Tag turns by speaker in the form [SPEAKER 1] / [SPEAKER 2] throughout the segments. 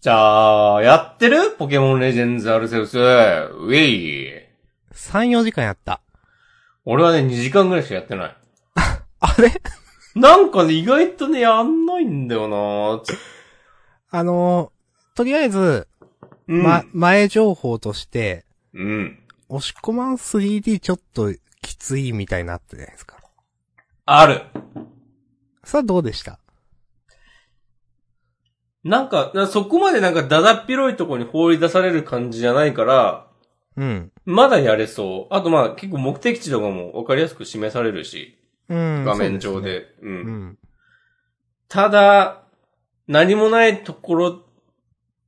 [SPEAKER 1] じゃあ、やってるポケモンレジェンズアルセウス。ウェイ。
[SPEAKER 2] 3、4時間やった。
[SPEAKER 1] 俺はね、2時間ぐらいしかやってない。
[SPEAKER 2] あれ
[SPEAKER 1] なんかね、意外とね、やんないんだよなつ
[SPEAKER 2] あのーとりあえず、
[SPEAKER 1] うん。
[SPEAKER 2] ま、前情報として、
[SPEAKER 1] うん。
[SPEAKER 2] 押し込まん 3D ちょっときついみたいになってないですか。
[SPEAKER 1] ある。
[SPEAKER 2] さあどうでした
[SPEAKER 1] なんか、なそこまでなんかだだっ広いとこに放り出される感じじゃないから、
[SPEAKER 2] うん。
[SPEAKER 1] まだやれそう。あとまあ結構目的地とかも分かりやすく示されるし、
[SPEAKER 2] うん。
[SPEAKER 1] 画面上で。
[SPEAKER 2] そううですね。
[SPEAKER 1] ん。
[SPEAKER 2] うん。
[SPEAKER 1] ただ、何もないところ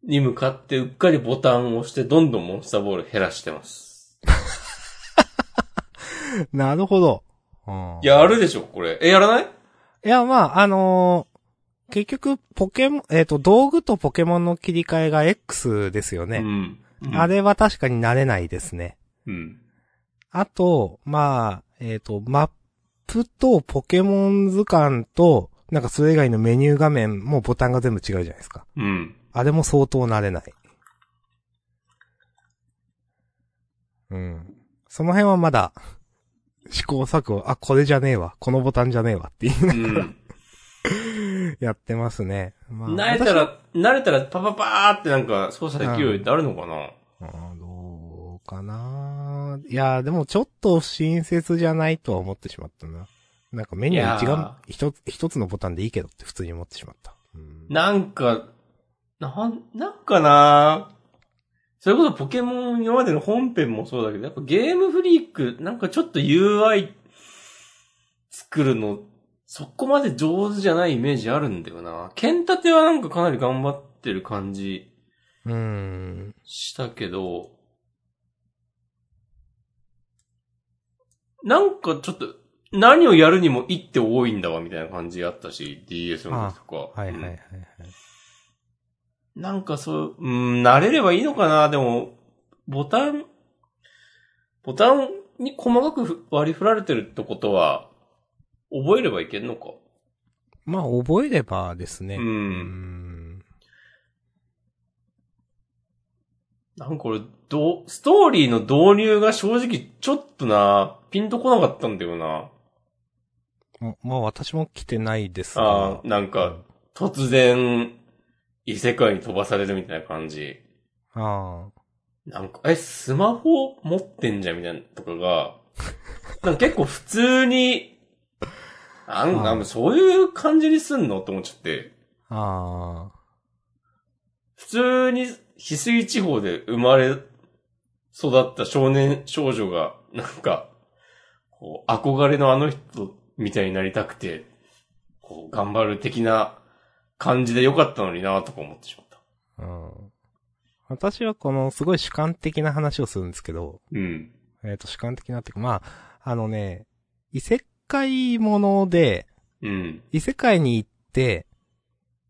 [SPEAKER 1] に向かってうっかりボタンを押してどんどんモンスターボール減らしてます。
[SPEAKER 2] なるほど。うん
[SPEAKER 1] いや、あるでしょ、これ。え、やらない
[SPEAKER 2] いや、まあ、あのー結局、ポケモン、えっ、と、道具とポケモンの切り替えが X ですよ
[SPEAKER 1] う
[SPEAKER 2] ね。
[SPEAKER 1] ん。うん
[SPEAKER 2] あれは確かに慣れないですね。
[SPEAKER 1] うん。
[SPEAKER 2] あと、まあ、えっ、と、マップとポケモン図鑑と、なんかそれ以外のメニュー画面もボタンが全部違うじゃないですか。
[SPEAKER 1] うん。
[SPEAKER 2] あれも相当慣れない。うん。その辺はまだ、試行錯誤、あ、これじゃねえわ、このボタンじゃねえわって言いながら
[SPEAKER 1] うん。
[SPEAKER 2] やってますね。ま
[SPEAKER 1] 慣れたら、慣れたらパパパーってなんか操作できるようになるのかな
[SPEAKER 2] あーどうかないや、でもちょっと不親切じゃないとは思ってしまったな。なんかメニュー一
[SPEAKER 1] い
[SPEAKER 2] が
[SPEAKER 1] や、
[SPEAKER 2] 一つ、一つのボタンでいいけどって普通に思ってしまった。うん
[SPEAKER 1] なんか、なん、なんかなそれこそポケモン今までの本編もそうだけど、やっぱゲームフリーク、なんかちょっと UI 作るの、そこまで上手じゃないイメージあるんだよな。剣立てはなんかかなり頑張ってる感じ
[SPEAKER 2] うーん。
[SPEAKER 1] したけど、なんかちょっと、何をやるにも一手多いんだわ、みたいな感じあったし、DS の時とか。
[SPEAKER 2] はいはいはいはい。
[SPEAKER 1] なんかそう、うん、慣れればいいのかなでも、ボタン、ボタンに細かく割り振られてるってことは、覚えればいけんのか。
[SPEAKER 2] まあ、覚えればですね。
[SPEAKER 1] う。
[SPEAKER 2] うんん。
[SPEAKER 1] なんかこれ、どう、ストーリーの導入が正直ちょっとな、ピンとこなかったんだよな。
[SPEAKER 2] ままあ、私も来てないです
[SPEAKER 1] あ
[SPEAKER 2] が
[SPEAKER 1] あ、。なんか、突然、異世界に飛ばされるみたいな感じ。
[SPEAKER 2] ああ。
[SPEAKER 1] なんか、え、スマホ持ってんじゃんみたいなとか が、なんか結構普通に、あん
[SPEAKER 2] あー
[SPEAKER 1] なんかそういう感じにすんのと思っちゃって、
[SPEAKER 2] ああ。
[SPEAKER 1] 普通に翡翠地方で生まれ育った少年少女が、なんか、こう、憧れのあの人みたいになりたくて、こう、頑張る的な感じでよかったのになとか思ってしまった。
[SPEAKER 2] うん。私はこの、すごい主観的な話をするんですけど。
[SPEAKER 1] うん。
[SPEAKER 2] えっ、と、主観的なっていうか、まあ、あのね、異世界もので、
[SPEAKER 1] うん。
[SPEAKER 2] 異世界に行って、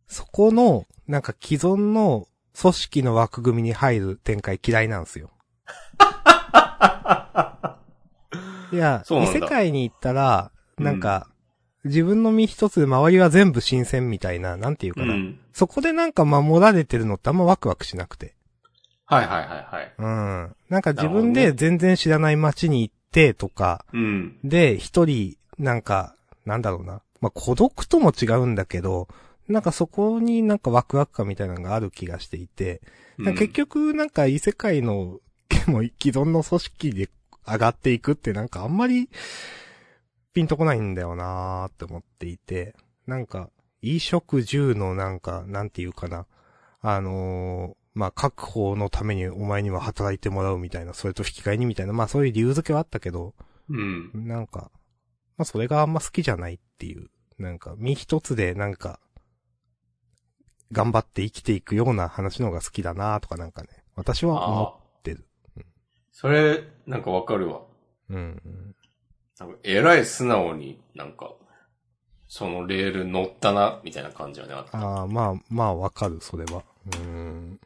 [SPEAKER 2] そこの、なんか既存の組織の枠組みに入る展開嫌いなんですよ。いや、
[SPEAKER 1] そう
[SPEAKER 2] 異
[SPEAKER 1] なんだ
[SPEAKER 2] 世界に行ったら、なんか、自分の身一つで周りは全部新鮮みたいな、なんていう か
[SPEAKER 1] う
[SPEAKER 2] な。
[SPEAKER 1] ん。
[SPEAKER 2] そこでなんか守られてるのってあんまワクワクしなくて。
[SPEAKER 1] はいはいはいはい。
[SPEAKER 2] うん。なんか自
[SPEAKER 1] なるほど
[SPEAKER 2] 分
[SPEAKER 1] ね
[SPEAKER 2] で全然知らない街に行ってとか、
[SPEAKER 1] うん。
[SPEAKER 2] で、一人、なんか、なんだろうな。まあ、孤独とも違うんだけど、なんかそこになんかワクワク感みたいなのがある気がしていて、なんか結局なんか異世界の、もう既存の組織で上がっていくってなんかあんまりピンとこないんだよなーって思っていて、なんか、衣食住のなんか、なんていうかな、あのーまあ、確保のためにお前には働いてもらうみたいな、それと引き換えにみたいな、まあそういう理由付けはあったけど、
[SPEAKER 1] うん。
[SPEAKER 2] なんか、まあそれがあんま好きじゃないっていう、なんか身一つでなんか、頑張って生きていくような話の方が好きだなとかなんかね、私は思
[SPEAKER 1] あ
[SPEAKER 2] てるうん
[SPEAKER 1] それ、なんかわかるわ。
[SPEAKER 2] う。うん。
[SPEAKER 1] なんか、えらい素直になんか、そのレール乗ったな、みたいな感じはね、あった。
[SPEAKER 2] ああ、まあ、まあわかる、それは。うん。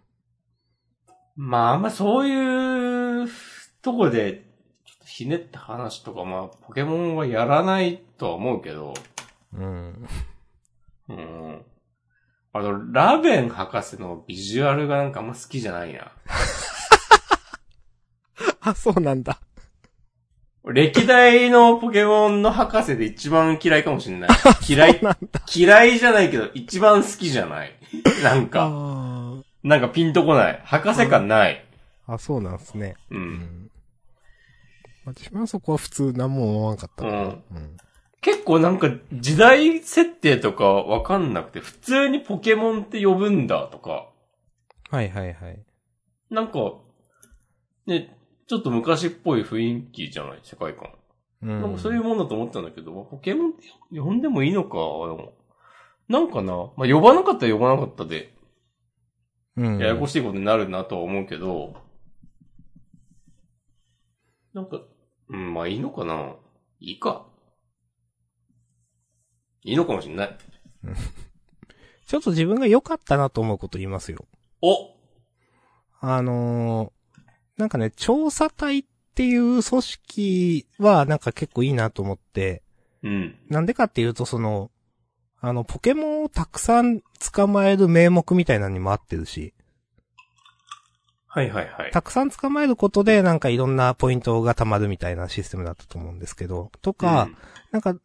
[SPEAKER 1] まあ、あんまそういう、とこで、ちょっとひねった話とか、まあ、ポケモンはや らないとは思うけど、
[SPEAKER 2] うん。
[SPEAKER 1] うん。あの、ラベン博士のビジュアルがなんかあんま好きじゃないな。
[SPEAKER 2] あ、そうなんだ。
[SPEAKER 1] 歴代のポケモンの博士で一番嫌いかもしれ ない。嫌い
[SPEAKER 2] そう、なん
[SPEAKER 1] 嫌いじゃないけど、一番好きじゃない。 なん
[SPEAKER 2] だ。
[SPEAKER 1] か、
[SPEAKER 2] あ
[SPEAKER 1] なんかピンとこない。博士感ない。
[SPEAKER 2] ーあ、そうなんですね。
[SPEAKER 1] う。
[SPEAKER 2] うんん。私はそこは普通何も思わなかった
[SPEAKER 1] う
[SPEAKER 2] な。
[SPEAKER 1] ん。
[SPEAKER 2] うん。
[SPEAKER 1] 結構なんか時代設定とかわかんなくて、普通にポケモンって呼ぶんだとか、
[SPEAKER 2] はいはいはい。
[SPEAKER 1] なんか、ね、ちょっと昔っぽい雰囲気じゃない世界観。
[SPEAKER 2] う
[SPEAKER 1] なんか
[SPEAKER 2] ん。
[SPEAKER 1] そういうもんだと思ったんだけど、まあポケモンって呼んでもいいのか、でも。なんかな、まあ、呼ばなかったら呼ばなかったで、
[SPEAKER 2] うん。
[SPEAKER 1] ややこしいことになるなとは思うけど、なんか、うん、まあいいのかないいか。いいのかもしんない。
[SPEAKER 2] ちょっと自分が良かったなと思うこと言いますよ。
[SPEAKER 1] お
[SPEAKER 2] あのーなんかね、調査隊っていう組織はなんか結構いいなと思って、
[SPEAKER 1] うん。
[SPEAKER 2] なんでかっていうとその、あの、ポケモンをたくさん捕まえる名目みたいなのにも合ってるし、
[SPEAKER 1] はいはいはい。
[SPEAKER 2] たくさん捕まえることでなんかいろんなポイントが貯まるみたいなシステムだったと思うんですけど、とか、
[SPEAKER 1] うん、
[SPEAKER 2] なんか、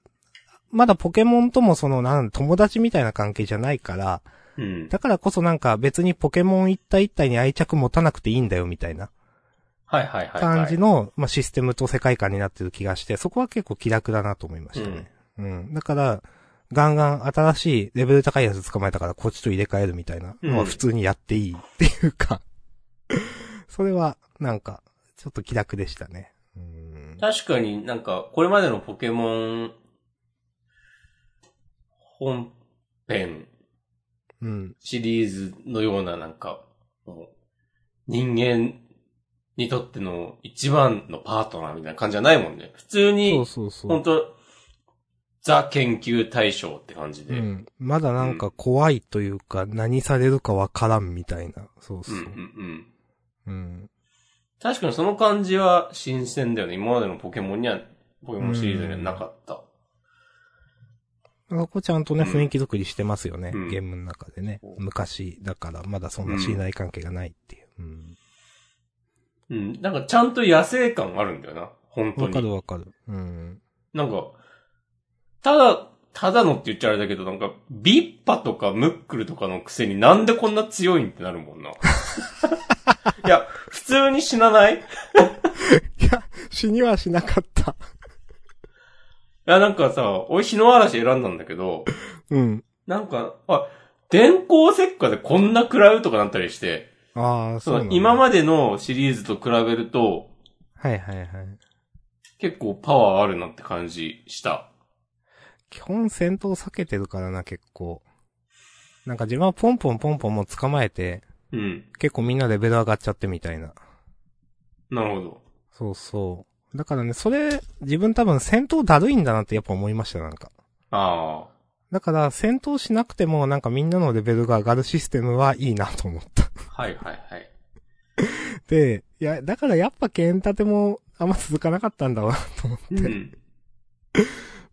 [SPEAKER 2] まだポケモンともその、なん、友達みたいな関係じゃないから、
[SPEAKER 1] うん。
[SPEAKER 2] だからこそなんか別にポケモン一体一体に愛着持たなくていいんだよみたいな。
[SPEAKER 1] はいはいはい、はい。
[SPEAKER 2] 感じの、まあ、システムと世界観になってる気がして、そこは結構気楽だなと思いましたね。うん。だから、ガンガン新しいレベル高いやつ捕まえたからこっちと入れ替えるみたいなの
[SPEAKER 1] う
[SPEAKER 2] は
[SPEAKER 1] ん
[SPEAKER 2] 普通にやっていいっていうか、 それは、なんか、ちょっと気楽でしたね。うん。
[SPEAKER 1] 確かになんか、これまでのポケモン、本編、
[SPEAKER 2] うん。
[SPEAKER 1] シリーズのようななんか、もう人間にとっての一番のパートナーみたいな感じじゃないもんね。普通
[SPEAKER 2] そう
[SPEAKER 1] に、
[SPEAKER 2] そうそ
[SPEAKER 1] 本
[SPEAKER 2] う。
[SPEAKER 1] 当ザ研究対象って感じ
[SPEAKER 2] う
[SPEAKER 1] で。うん、
[SPEAKER 2] ん。まだなんか怖いというか、何されるかわからんみたいな。そう
[SPEAKER 1] う
[SPEAKER 2] そ
[SPEAKER 1] ん、う、。
[SPEAKER 2] うん
[SPEAKER 1] うん。
[SPEAKER 2] うん。
[SPEAKER 1] 確かにその感じは新鮮だよね。今までのポケモンには、ポケモンシリーズにはなかった。
[SPEAKER 2] そこちゃんとね、
[SPEAKER 1] うん
[SPEAKER 2] 雰囲気作りしてますよね。
[SPEAKER 1] うん
[SPEAKER 2] ゲームの中でね。昔だから、まだそんな信頼関係がないっていう。うん。
[SPEAKER 1] うん。なんかちゃんと野生感あるんだよな。本
[SPEAKER 2] わ、
[SPEAKER 1] 当に
[SPEAKER 2] か。るわかる。うん。
[SPEAKER 1] なんか、ただ、ただのって言っちゃあれだけど、なんか、ビッパとかムックルとかのくせになんでこんな強いんってなるもんな。い や、普通に死なないい
[SPEAKER 2] いや、死にはしなかった。
[SPEAKER 1] や、なんかさ、俺日の嵐選んだんだけど、
[SPEAKER 2] うん。
[SPEAKER 1] なんか、あ、電光石火でこんな食らうとかなったりして、
[SPEAKER 2] ああ、そう
[SPEAKER 1] そ
[SPEAKER 2] なん
[SPEAKER 1] の
[SPEAKER 2] だ
[SPEAKER 1] 今までのシリーズと比べると、
[SPEAKER 2] はいはいはい。
[SPEAKER 1] 結構パワーあるなって感じした。
[SPEAKER 2] 基本戦闘避けてるからな、結構。なんか自分はポンポンポンポンもう捕まえて、
[SPEAKER 1] うん。
[SPEAKER 2] 結構みんなレベル上がっちゃってみたいな。
[SPEAKER 1] なるほど。
[SPEAKER 2] そうそう。だからね、それ、自分多分戦闘だるいんだなってやっぱ思いました、なんか。
[SPEAKER 1] あ
[SPEAKER 2] だから、戦闘しなくても、なんかみんなのレベルが上がるシステムはいいなと思った。
[SPEAKER 1] あ。はいはいはい。
[SPEAKER 2] で、いや、だからやっぱ剣立てもあんま続かなかったんだわ、と思って。
[SPEAKER 1] うん。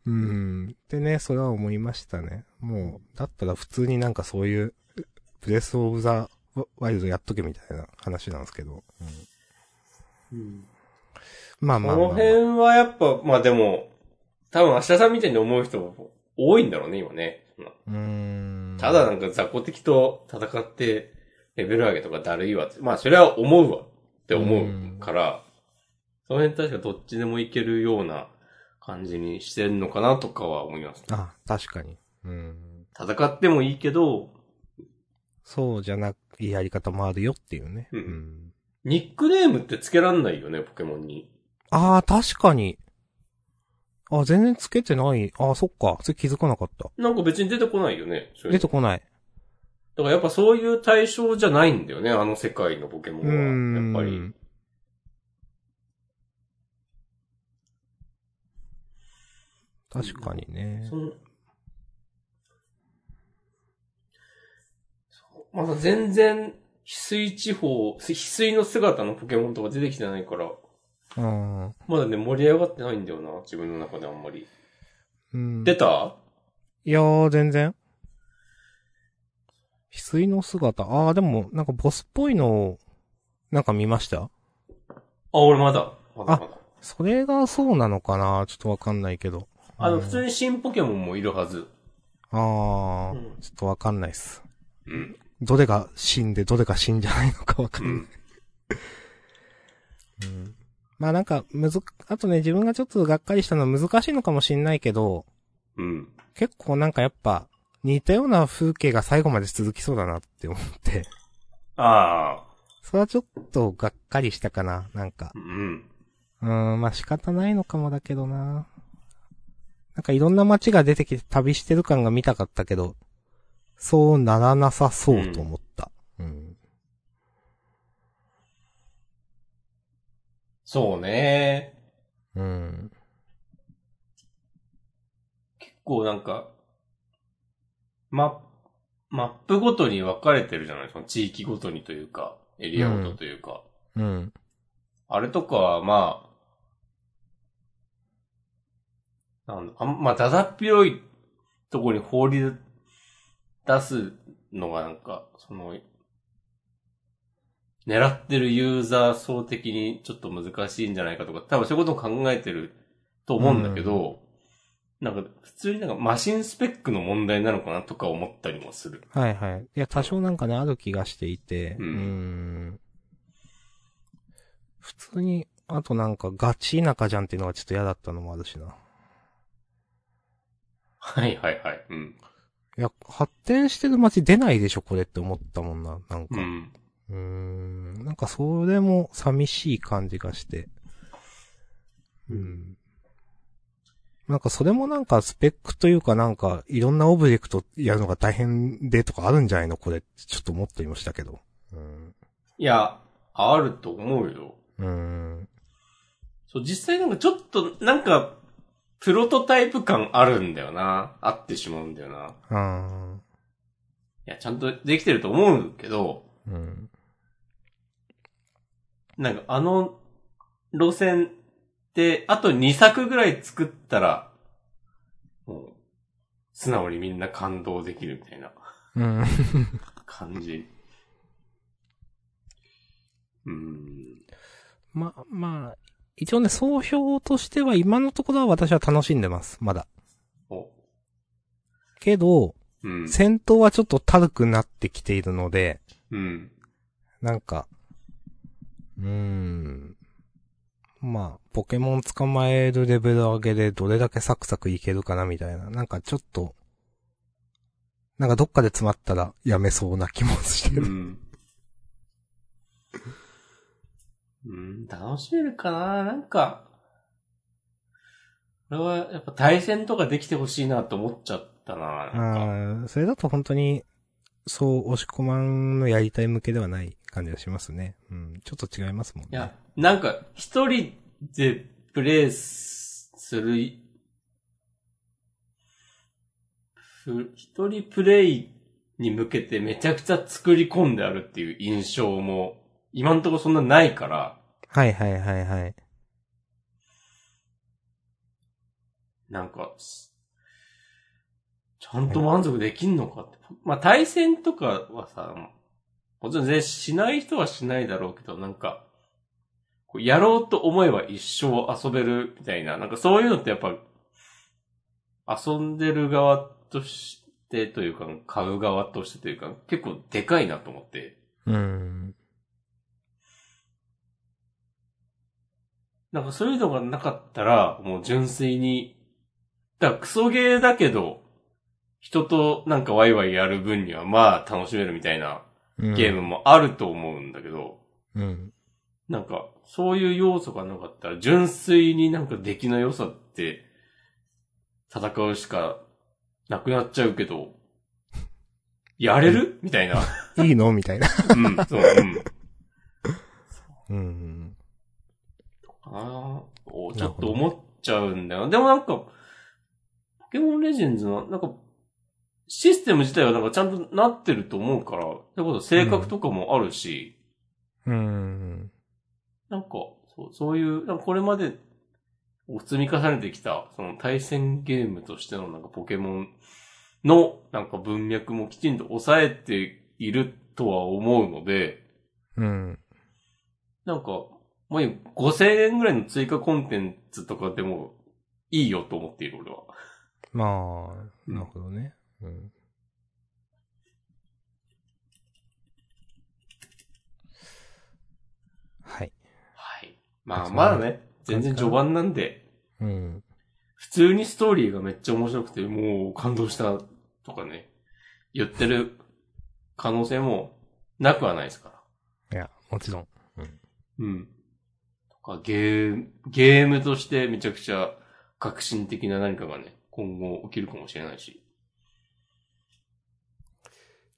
[SPEAKER 2] うん。でね、それは思いましたね。もう、だったら普通になんかそういう、ブレスオブザワイルドやっとけみたいな話なんですけど。うん
[SPEAKER 1] うん
[SPEAKER 2] まあ
[SPEAKER 1] こ
[SPEAKER 2] まあまあ、
[SPEAKER 1] の
[SPEAKER 2] まあ。
[SPEAKER 1] 辺はやっぱ、まあでも、多分明日さんみたいに思う人も多いんだろうね、今ね。
[SPEAKER 2] うーん。
[SPEAKER 1] ただなんか雑魚敵と戦って、レベル上げとかだるいわって。まあそれは思うわって思うから、その辺確かどっちでもいけるような感じにしてんのかなとかは思います。
[SPEAKER 2] あ、確かに。うん。
[SPEAKER 1] 戦ってもいいけど、
[SPEAKER 2] そうじゃないやり方もあるよっていうね。
[SPEAKER 1] うんニックネームって付けらんないよね、ポケモンに。
[SPEAKER 2] ああ、確かに。あ、全然つけてない。あー、そっか。それ気づかなかった。
[SPEAKER 1] なんか別に出てこないよね。そういう
[SPEAKER 2] 出
[SPEAKER 1] の
[SPEAKER 2] てこない。
[SPEAKER 1] だからやっぱそういう対象じゃないんだよね、あの世界のポケモ
[SPEAKER 2] うー
[SPEAKER 1] ンは。や
[SPEAKER 2] ん。
[SPEAKER 1] っぱり。。
[SPEAKER 2] 確かにね
[SPEAKER 1] そ。のそうまだ全然、翡翠地方、翡翠の姿のポケモンとか出てきてないから、
[SPEAKER 2] うん。
[SPEAKER 1] まだね、盛り上がってないんだよな、自分の中であんまり。
[SPEAKER 2] うん
[SPEAKER 1] 出た
[SPEAKER 2] いやー、全然。翡翠の姿。ああ、でも、なんかボスっぽいのを、なんか見ました
[SPEAKER 1] あ、俺まだ。まだ
[SPEAKER 2] あ
[SPEAKER 1] まだ。
[SPEAKER 2] それがそうなのかなちょっとわかんないけど。
[SPEAKER 1] あの、普通に新ポケモンもいるはず。
[SPEAKER 2] ああ、
[SPEAKER 1] うん
[SPEAKER 2] ちょっとわかんないっす。
[SPEAKER 1] うん。
[SPEAKER 2] どれが死んで、どれが死んじゃないのかわかん
[SPEAKER 1] う
[SPEAKER 2] ない。
[SPEAKER 1] ん。
[SPEAKER 2] まあなんか、むず、あとね、自分がちょっとがっかりしたのは難しいのかもしんないけど、
[SPEAKER 1] うん。
[SPEAKER 2] 結構なんかやっぱ、似たような風景が最後まで続きそうだなって思って、
[SPEAKER 1] ああ。
[SPEAKER 2] それはちょっとがっかりしたかな、なんか。
[SPEAKER 1] うん。
[SPEAKER 2] うーん、まあ仕方ないのかもだけどな。なんかいろんな街が出てきて旅してる感が見たかったけど、そうならなさそうと思った。うん。
[SPEAKER 1] そうね。
[SPEAKER 2] うん。
[SPEAKER 1] 結構なんか、ママップごとに分かれてるじゃないその地域ごとにというか、エリアごとというか。
[SPEAKER 2] うん。
[SPEAKER 1] あれとかは、まあ、なんだあんまあ、だだっ広いとこに放り出すのがなんか、その、狙ってるユーザー層的にちょっと難しいんじゃないかとか、多分そういうことも考えてると思うんだけど、なんか、普通になんかマシンスペックの問題なのかなとか思ったりもする。
[SPEAKER 2] はいはい。いや、多少なんかね、ある気がしていて、
[SPEAKER 1] うん
[SPEAKER 2] ん普通に、あとなんかガチ田舎じゃんっていうのがちょっと嫌だったのもあるしな。
[SPEAKER 1] はいはいはい。うん。
[SPEAKER 2] いや、発展してる街出ないでしょ、これって思ったもんな、なんか。
[SPEAKER 1] うん。
[SPEAKER 2] うーん、なんかそれも寂しい感じがして。うん。なんかそれもなんかスペックというかなんかいろんなオブジェクトやるのが大変でとかあるんじゃないのこれってちょっと思っていましたけど。うん。
[SPEAKER 1] いや、あると思うよ。
[SPEAKER 2] うーん。
[SPEAKER 1] そう、実際なんかちょっと、なんか、プロトタイプ感あるんだよな。あってしまうんだよな。い
[SPEAKER 2] あ
[SPEAKER 1] や、ちゃんとできてると思うけど、
[SPEAKER 2] ーうん。
[SPEAKER 1] なんかあの路線って、あと2作ぐらい作ったら、もう、素直にみんな感動できるみたいな
[SPEAKER 2] うん。
[SPEAKER 1] 感じ。うーん。
[SPEAKER 2] ま、まあ、一応ね、総評としては今のところは私は楽しんでます。まだ。
[SPEAKER 1] お、
[SPEAKER 2] けど、
[SPEAKER 1] うん。
[SPEAKER 2] 戦闘はちょっとたるくなってきているので、
[SPEAKER 1] うん。
[SPEAKER 2] なんか、うーん。まあ、ポケモン捕まえるレベル上げでどれだけサクサクいけるかなみたいな。なんかちょっと、なんかどっかで詰まったらやめそうな気もして
[SPEAKER 1] う
[SPEAKER 2] る。
[SPEAKER 1] ん。うん、楽しめるかななんか、俺はやっぱ対戦とかできてほしいなと思っちゃったななんか。
[SPEAKER 2] ああ、それだと本当に、そう、押し込まんのやりたい向けではない感じがしますね。うん、ちょっと違いますもんね。
[SPEAKER 1] いや、なんか一人でプレイする、ふ一人プレイに向けてめちゃくちゃ作り込んであるっていう印象も今んところそんなないから、
[SPEAKER 2] はいはいはいはい。
[SPEAKER 1] なんか、すちゃんと満足できんのかって。まあ、対戦とかはさ、もちろん全然しない人はしないだろうけど、なんか、こうやろうと思えば一生遊べるみたいな、なんかそういうのってやっぱ、遊んでる側としてというか、買う側としてというか、結構でかいなと思って。
[SPEAKER 2] うん。
[SPEAKER 1] なんかそういうのがなかったら、もう純粋に、だからクソゲーだけど、人となんかワイワイやる分にはまあ楽しめるみたいな
[SPEAKER 2] うん
[SPEAKER 1] ゲーム。もあると思うんだけど、
[SPEAKER 2] うん。
[SPEAKER 1] なんかそういう要素がなかったら、純粋になんか出来の良さって、戦うしかなくなっちゃうけど、やれるみたいな。
[SPEAKER 2] いいのみたいな。
[SPEAKER 1] うん、そう、うん。
[SPEAKER 2] うん。
[SPEAKER 1] ああ、おちょ
[SPEAKER 2] なる
[SPEAKER 1] っ
[SPEAKER 2] ほ
[SPEAKER 1] と
[SPEAKER 2] どね
[SPEAKER 1] 思っちゃうんだよ。でもなんか、ポケモンレジェンズの、なんか、システム自体はなんかちゃんとなってると思うから、ってことは性格とかもあるし、
[SPEAKER 2] うん。
[SPEAKER 1] なんか、そう、そういう、なんかこれまで積み重ねてきた、その対戦ゲームとしてのなんかポケモンのなんか文脈もきちんと抑えているとは思うので、
[SPEAKER 2] うん。
[SPEAKER 1] なんか、もう今5000円ぐらいの追加コンテンツとかでもいいよと思っている俺は。
[SPEAKER 2] まあ、なるほどね。うん。はい。
[SPEAKER 1] はい。まあまだね、全然序盤なんで、
[SPEAKER 2] うん。
[SPEAKER 1] 普通にストーリーがめっちゃ面白くて、もう感動したとかね、言ってる可能性もなくはないですから。
[SPEAKER 2] いや、もちろん。
[SPEAKER 1] うん。とか、ゲーム、ゲームとしてめちゃくちゃ革新的な何かがね、今後起きるかもしれないし。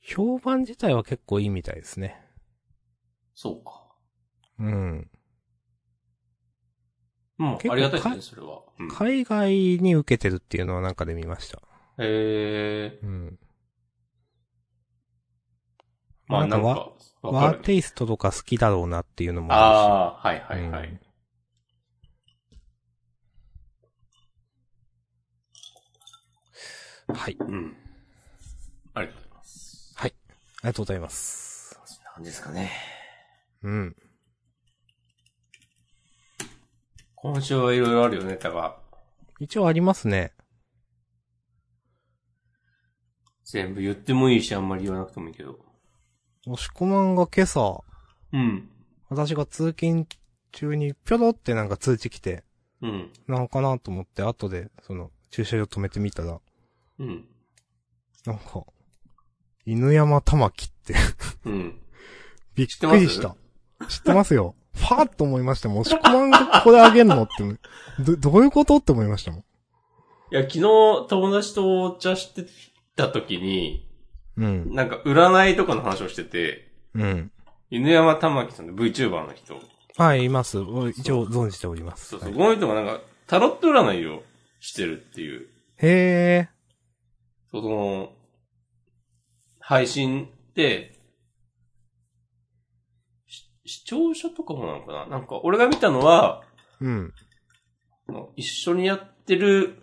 [SPEAKER 2] 評判自体は結構いいみたいですね。
[SPEAKER 1] そうか。
[SPEAKER 2] うん。
[SPEAKER 1] うん、
[SPEAKER 2] 結構
[SPEAKER 1] ありがたいですね、
[SPEAKER 2] か
[SPEAKER 1] それは。うん、
[SPEAKER 2] 海外に受けてるっていうのはなんかで見ました。
[SPEAKER 1] えー、
[SPEAKER 2] うん。
[SPEAKER 1] まあな
[SPEAKER 2] な
[SPEAKER 1] んん
[SPEAKER 2] か
[SPEAKER 1] かわ
[SPEAKER 2] わワ
[SPEAKER 1] か
[SPEAKER 2] ー
[SPEAKER 1] る、
[SPEAKER 2] テイストとか好きだろうなっていうのもあ
[SPEAKER 1] ああ、はい
[SPEAKER 2] る
[SPEAKER 1] はいは
[SPEAKER 2] し。
[SPEAKER 1] い。
[SPEAKER 2] うんはい。あ
[SPEAKER 1] うん。ありがとうございます。
[SPEAKER 2] りがとうございます。
[SPEAKER 1] そんな感じですかね。
[SPEAKER 2] うん。
[SPEAKER 1] 今週はいろいろあるよね、ネタが。
[SPEAKER 2] 一応ありますね。
[SPEAKER 1] 全部言ってもいいし、あんまり言わなくてもいいけど。
[SPEAKER 2] 押し込まんが今朝、
[SPEAKER 1] うん。
[SPEAKER 2] 私が通勤中にぴょろってなんか通知来て、
[SPEAKER 1] うん。
[SPEAKER 2] なんかなと思って後で、その、駐車場止めてみたら、
[SPEAKER 1] うん。
[SPEAKER 2] なんか、犬山玉木って、
[SPEAKER 1] うん。
[SPEAKER 2] びっくりした。知ってますよ。ファーっと思いましたもん。押し込まんがここであげんのって、ど、どういうことって思いましたもん。
[SPEAKER 1] いや、昨日友達とお茶してた時に、
[SPEAKER 2] うん。
[SPEAKER 1] なんか占いとかの話をしてて、
[SPEAKER 2] うん。
[SPEAKER 1] 犬山玉樹さんって VTuber の人。
[SPEAKER 2] はい、います。お一応存じております。
[SPEAKER 1] そうそう、
[SPEAKER 2] はい
[SPEAKER 1] この人がなんかタロット占いをしてるっていう。
[SPEAKER 2] へ
[SPEAKER 1] そうその、配信って、し視聴者とかもなのかななんか俺が見たのは、
[SPEAKER 2] ー。うん。
[SPEAKER 1] あの一緒にやってる、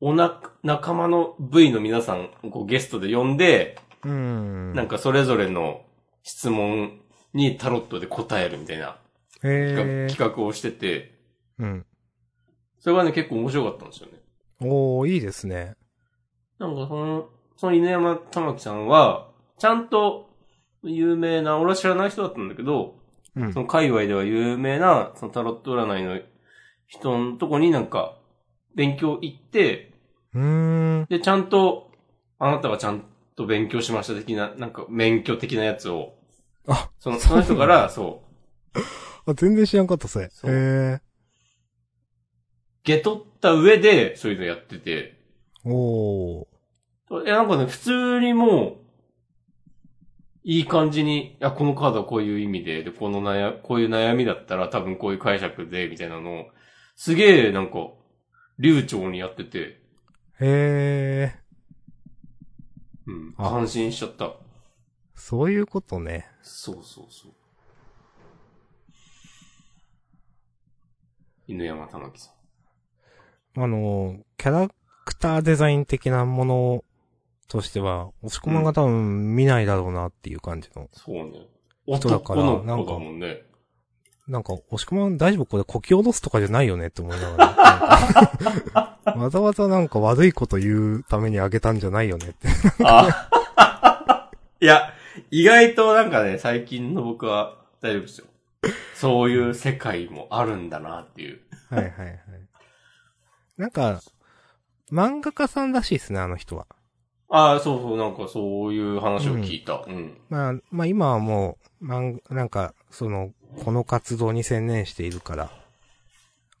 [SPEAKER 1] おな、仲間の部位の皆さんをこうゲストで呼んで、
[SPEAKER 2] うん。
[SPEAKER 1] なんかそれぞれの質問にタロットで答えるみたいな
[SPEAKER 2] へ
[SPEAKER 1] 企
[SPEAKER 2] ー。
[SPEAKER 1] 画をしてて、
[SPEAKER 2] うん。
[SPEAKER 1] それがね、結構面白かったんですよね。
[SPEAKER 2] おー、いいですね。
[SPEAKER 1] なんかその、その犬山玉木さんは、ちゃんと有名な、俺は知らない人だったんだけど、
[SPEAKER 2] うん
[SPEAKER 1] そ。の界隈では有名な、そのタロット占いの人のとこになんか、勉強行って、
[SPEAKER 2] うーん。
[SPEAKER 1] で、ちゃんと、あなたがちゃんと勉強しました的な、なんか免許的なやつを、
[SPEAKER 2] あ、
[SPEAKER 1] その、その人から、そう、
[SPEAKER 2] あ、全然知らんかった、それ。へ
[SPEAKER 1] そう
[SPEAKER 2] え。
[SPEAKER 1] 受け取った上で、そういうのやってて。
[SPEAKER 2] おー。
[SPEAKER 1] いや、なんかね、普通にもう、いい感じに、いや、このカードはこういう意味で、で、この悩、こういう悩みだったら多分こういう解釈で、みたいなのを、すげえ、なんか、流暢にやってて、
[SPEAKER 2] へえ。
[SPEAKER 1] うん、
[SPEAKER 2] あ
[SPEAKER 1] 感心しちゃった。
[SPEAKER 2] そういうことね。
[SPEAKER 1] そうそうそう。犬山玉木さ
[SPEAKER 2] あの、キャラクターデザイン的なものとしては、押し込まんが多分見ないだろうなっていう感じの。
[SPEAKER 1] ん。そうね。
[SPEAKER 2] 人だ
[SPEAKER 1] 男
[SPEAKER 2] から
[SPEAKER 1] の子だもんね。
[SPEAKER 2] なんか、押し込まん大丈夫これこき下ろすとかじゃないよねって思いながら。 なんかわざわざなんか悪いこと言うためにあげたんじゃないよねって。
[SPEAKER 1] あ いや、意外となんかね、最近の僕は大丈夫ですよ。そういう世界もあるんだなっていう。
[SPEAKER 2] はいはいはい。なんか、漫画家さんらしいですね、あの人は。
[SPEAKER 1] ああ、そうそう、なんかそういう話を聞いた。うん。
[SPEAKER 2] まあ、まあ今はもう、まん、なんか、その、この活動に専念しているから、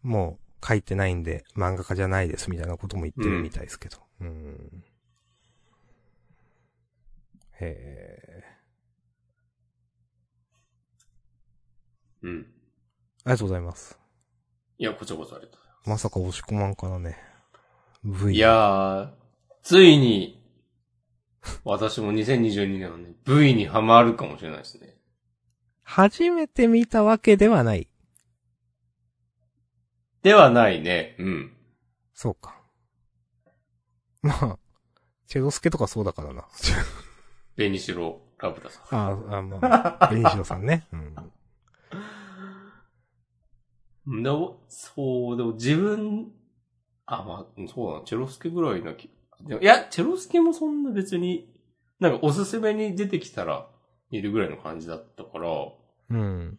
[SPEAKER 2] もう書いてないんで、漫画家じゃないですみたいなことも言ってるみたいですけど。うん。へえ。
[SPEAKER 1] うん。
[SPEAKER 2] ありがとうございます。
[SPEAKER 1] いや、こちらこそありがとうございま
[SPEAKER 2] まさか押し込まんからね。
[SPEAKER 1] す。
[SPEAKER 2] V。
[SPEAKER 1] いやー、ついに、私も2022年はね、V にハマるかもしれないですね。
[SPEAKER 2] 初めて見たわけではない。
[SPEAKER 1] ではないね。うん。
[SPEAKER 2] そうか。まあ、チェロスケとかそうだからな。
[SPEAKER 1] ベニシロラブダさん。
[SPEAKER 2] ああ、あまあ、ベニシロさんね。 うん。
[SPEAKER 1] でも、そう、でも自分、あ、まあ、そうだな、チェロスケぐらいな気、でもいや、チェロスケもそんな別に、なんかおすすめに出てきたら、いるぐらいの感じだったから、
[SPEAKER 2] うん。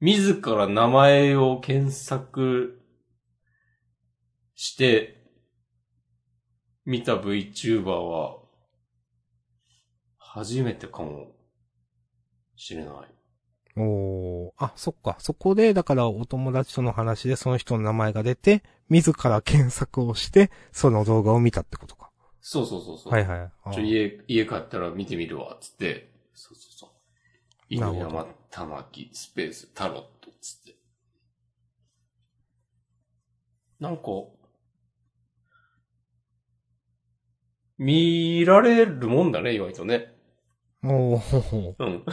[SPEAKER 1] 自ら名前を検索して、見た VTuber は、初めてかもしれない。
[SPEAKER 2] おーあ、そっか。そこで、だからお友達との話でその人の名前が出て、自ら検索をして、その動画を見たってことか。
[SPEAKER 1] そうそうそうそう。
[SPEAKER 2] はいはい。あー
[SPEAKER 1] ちょ、家、家帰ったら見てみるわ、つって。そうそうそう。犬
[SPEAKER 2] なるほど
[SPEAKER 1] 山玉木スペースタロット、つって。なんか、見られるもんだね、意外とね。
[SPEAKER 2] おー
[SPEAKER 1] うん。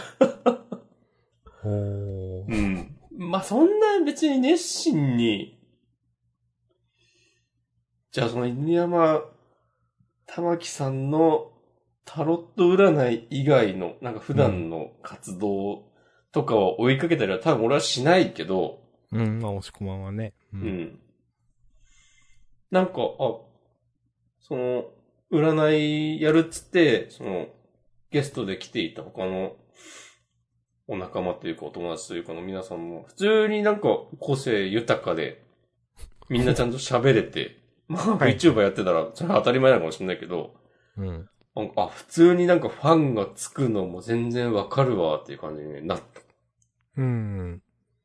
[SPEAKER 2] おー
[SPEAKER 1] うん。まあ、そんな別に熱心に、じゃあその犬山玉木さんのタロット占い以外の、なんか普段の活動とかを追いかけたりは多分俺はしないけど、
[SPEAKER 2] うん、まあ、押し込まんはね。う
[SPEAKER 1] う。ん。なんか、あ、その、占いやるっつって、その、ゲストで来ていた他のお仲間というかお友達というかの皆さんも、普通になんか個性豊かで、みんなちゃんと喋れて、 まあ
[SPEAKER 2] はい
[SPEAKER 1] VTuber やってたら、それは当たり前なのかもしれないけど、
[SPEAKER 2] うん。
[SPEAKER 1] あ、あ普通になんかファンがつくのも全然わかるわっていう感じになった。
[SPEAKER 2] うん。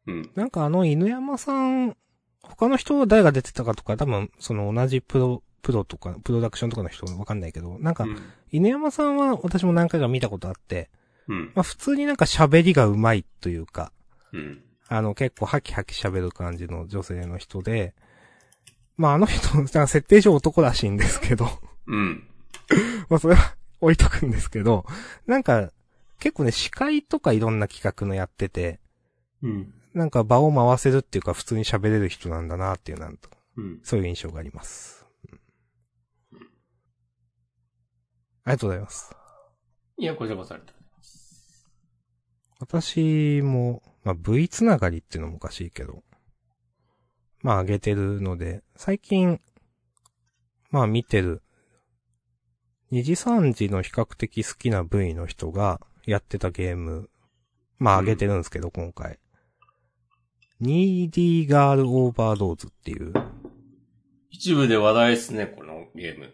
[SPEAKER 1] うん。
[SPEAKER 2] なんかあの犬山さん、他の人誰が出てたかとか、多分、その同じプロ、プロとか、プロダクションとかの人わかんないけど、なんか
[SPEAKER 1] う、ん。
[SPEAKER 2] 犬山さんは私も何回か見たことあって、
[SPEAKER 1] うん。
[SPEAKER 2] まあ普通になんか喋りが上手いというか、
[SPEAKER 1] うん。
[SPEAKER 2] あの結構ハキハキ喋る感じの女性の人で、まああの人、 なんか設定上男らしいんですけど、
[SPEAKER 1] うん。
[SPEAKER 2] まあそれは 置いとくんですけど、なんか結構ね司会とかいろんな企画のやってて、
[SPEAKER 1] うん。
[SPEAKER 2] なんか場を回せるっていうか普通に喋れる人なんだなっていうなんと、
[SPEAKER 1] うん。
[SPEAKER 2] そういう印象があります。ありがとうございます。
[SPEAKER 1] いや、こちらこそありがとうございます。
[SPEAKER 2] 私も、まあ V つながりっていうのもおかしいけど、まあ上げてるので、最近、まあ見てる、2時3時の比較的好きな V の人がやってたゲーム、まあ上げてるんですけど、今回。2D ガールオーバードーズっていう。
[SPEAKER 1] 一部で話題ですね、このゲーム。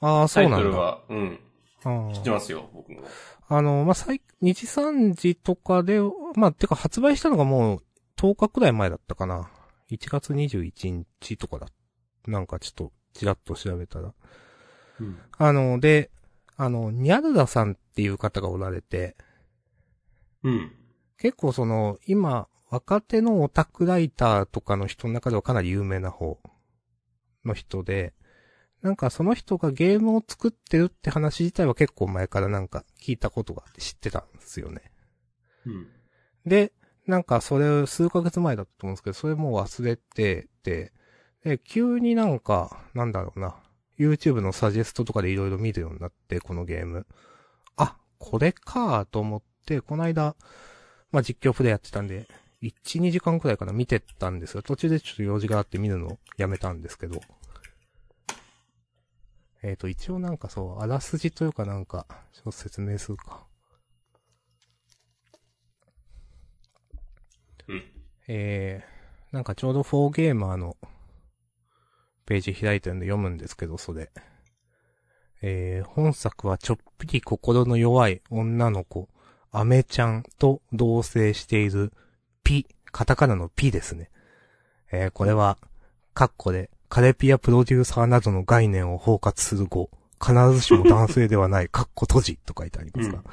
[SPEAKER 2] ああ、そ
[SPEAKER 1] タ
[SPEAKER 2] う
[SPEAKER 1] イ
[SPEAKER 2] な
[SPEAKER 1] ト
[SPEAKER 2] ん
[SPEAKER 1] ル
[SPEAKER 2] だ。
[SPEAKER 1] は、うん。
[SPEAKER 2] あ
[SPEAKER 1] 知って
[SPEAKER 2] ー
[SPEAKER 1] ますよ、僕も。
[SPEAKER 2] あの、まあ、最、2時3時とかで、まあ、てか発売したのがもう10日くらい前だったかな。1月21日とかだ。なんかちょっと、ちらっと調べたら。
[SPEAKER 1] うん。
[SPEAKER 2] あの、で、あの、ニャルダさんっていう方がおられて、
[SPEAKER 1] うん。
[SPEAKER 2] 結構その、今、若手のオタクライターとかの人の中ではかなり有名な方の人で、なんかその人がゲームを作ってるって話自体は結構前からなんか聞いたことがあって知ってたんですよね。
[SPEAKER 1] うん。
[SPEAKER 2] で、なんかそれ数ヶ月前だったと思うんですけど、それもう忘れてて、で、急になんか、なんだろうな、YouTube のサジェストとかでいろいろ見るようになって、このゲーム。あ、これかと思って、この間、まあ、実況プレイやってたんで、1、2時間くらいかな見てたんですよ。途中でちょっと用事があって見るのやめたんですけど。えっ、と、一応なんかそう、あらすじというかなんか、ちょっと説明するか。
[SPEAKER 1] うん。
[SPEAKER 2] えー、なんかちょうど4ゲーマーのページ開いてるんで読むんですけど、それ。えー、本作はちょっぴり心の弱い女の子、アメちゃんと同棲しているピ、カタカナのピですね。えー、これは、カッコで、カレピやプロデューサーなどの概念を包括する語、必ずしも男性ではない、カッコ閉じと書いてありますが。
[SPEAKER 1] うん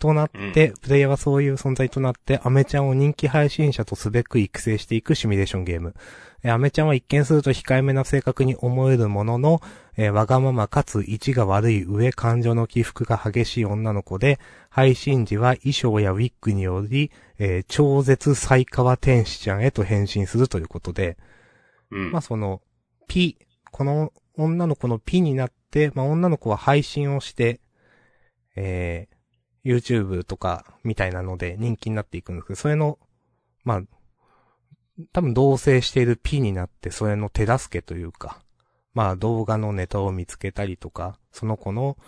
[SPEAKER 2] となって、プレイヤーはそういう存在となって、アメちゃんを人気配信者とすべく育成していくシミュレーションゲーム。えーアメちゃんは一見すると控えめな性格に思えるものの、えーわがままかつ位置が悪い上感情の起伏が激しい女の子で、配信時は衣装やウィッグにより、えー超絶最川天使ちゃんへと変身するということで、
[SPEAKER 1] うん。
[SPEAKER 2] まあその、ピ、この女の子のピになって、まあ女の子は配信をして、えー、YouTube とかみたいなので人気になっていくんですけど、それの、まあ、多分同棲している P になって、それの手助けというか、まあ動画のネタを見つけたりとか、その子の、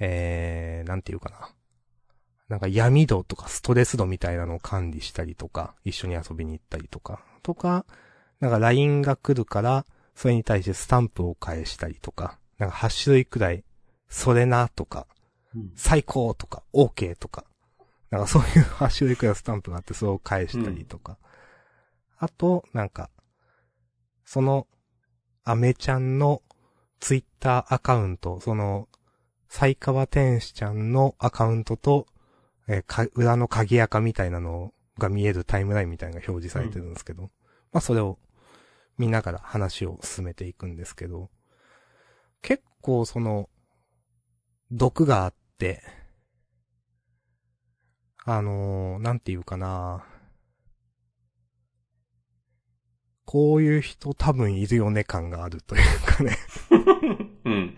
[SPEAKER 2] えー、なんていうかな。なんか闇度とかストレス度みたいなのを管理したりとか、一緒に遊びに行ったりとか、とか、なんか LINE が来るから、それに対してスタンプを返したりとか、なんか8種類くらい、それなとか、
[SPEAKER 1] うん
[SPEAKER 2] 最高とか、OK とか、なんかそういうハッシュでくらスタンプがあって、それを返したりとか。あと、なんか、その、アメちゃんのツイッターアカウント、その、才川天使ちゃんのアカウントと、えーか、裏の鍵垢みたいなのが見えるタイムラインみたいなのが表示されてるんですけど、まあそれを見ながら話を進めていくんですけど、結構その、毒があって、あのーなんていうかなこういう人多分いるよね感があるというかね。
[SPEAKER 1] うん。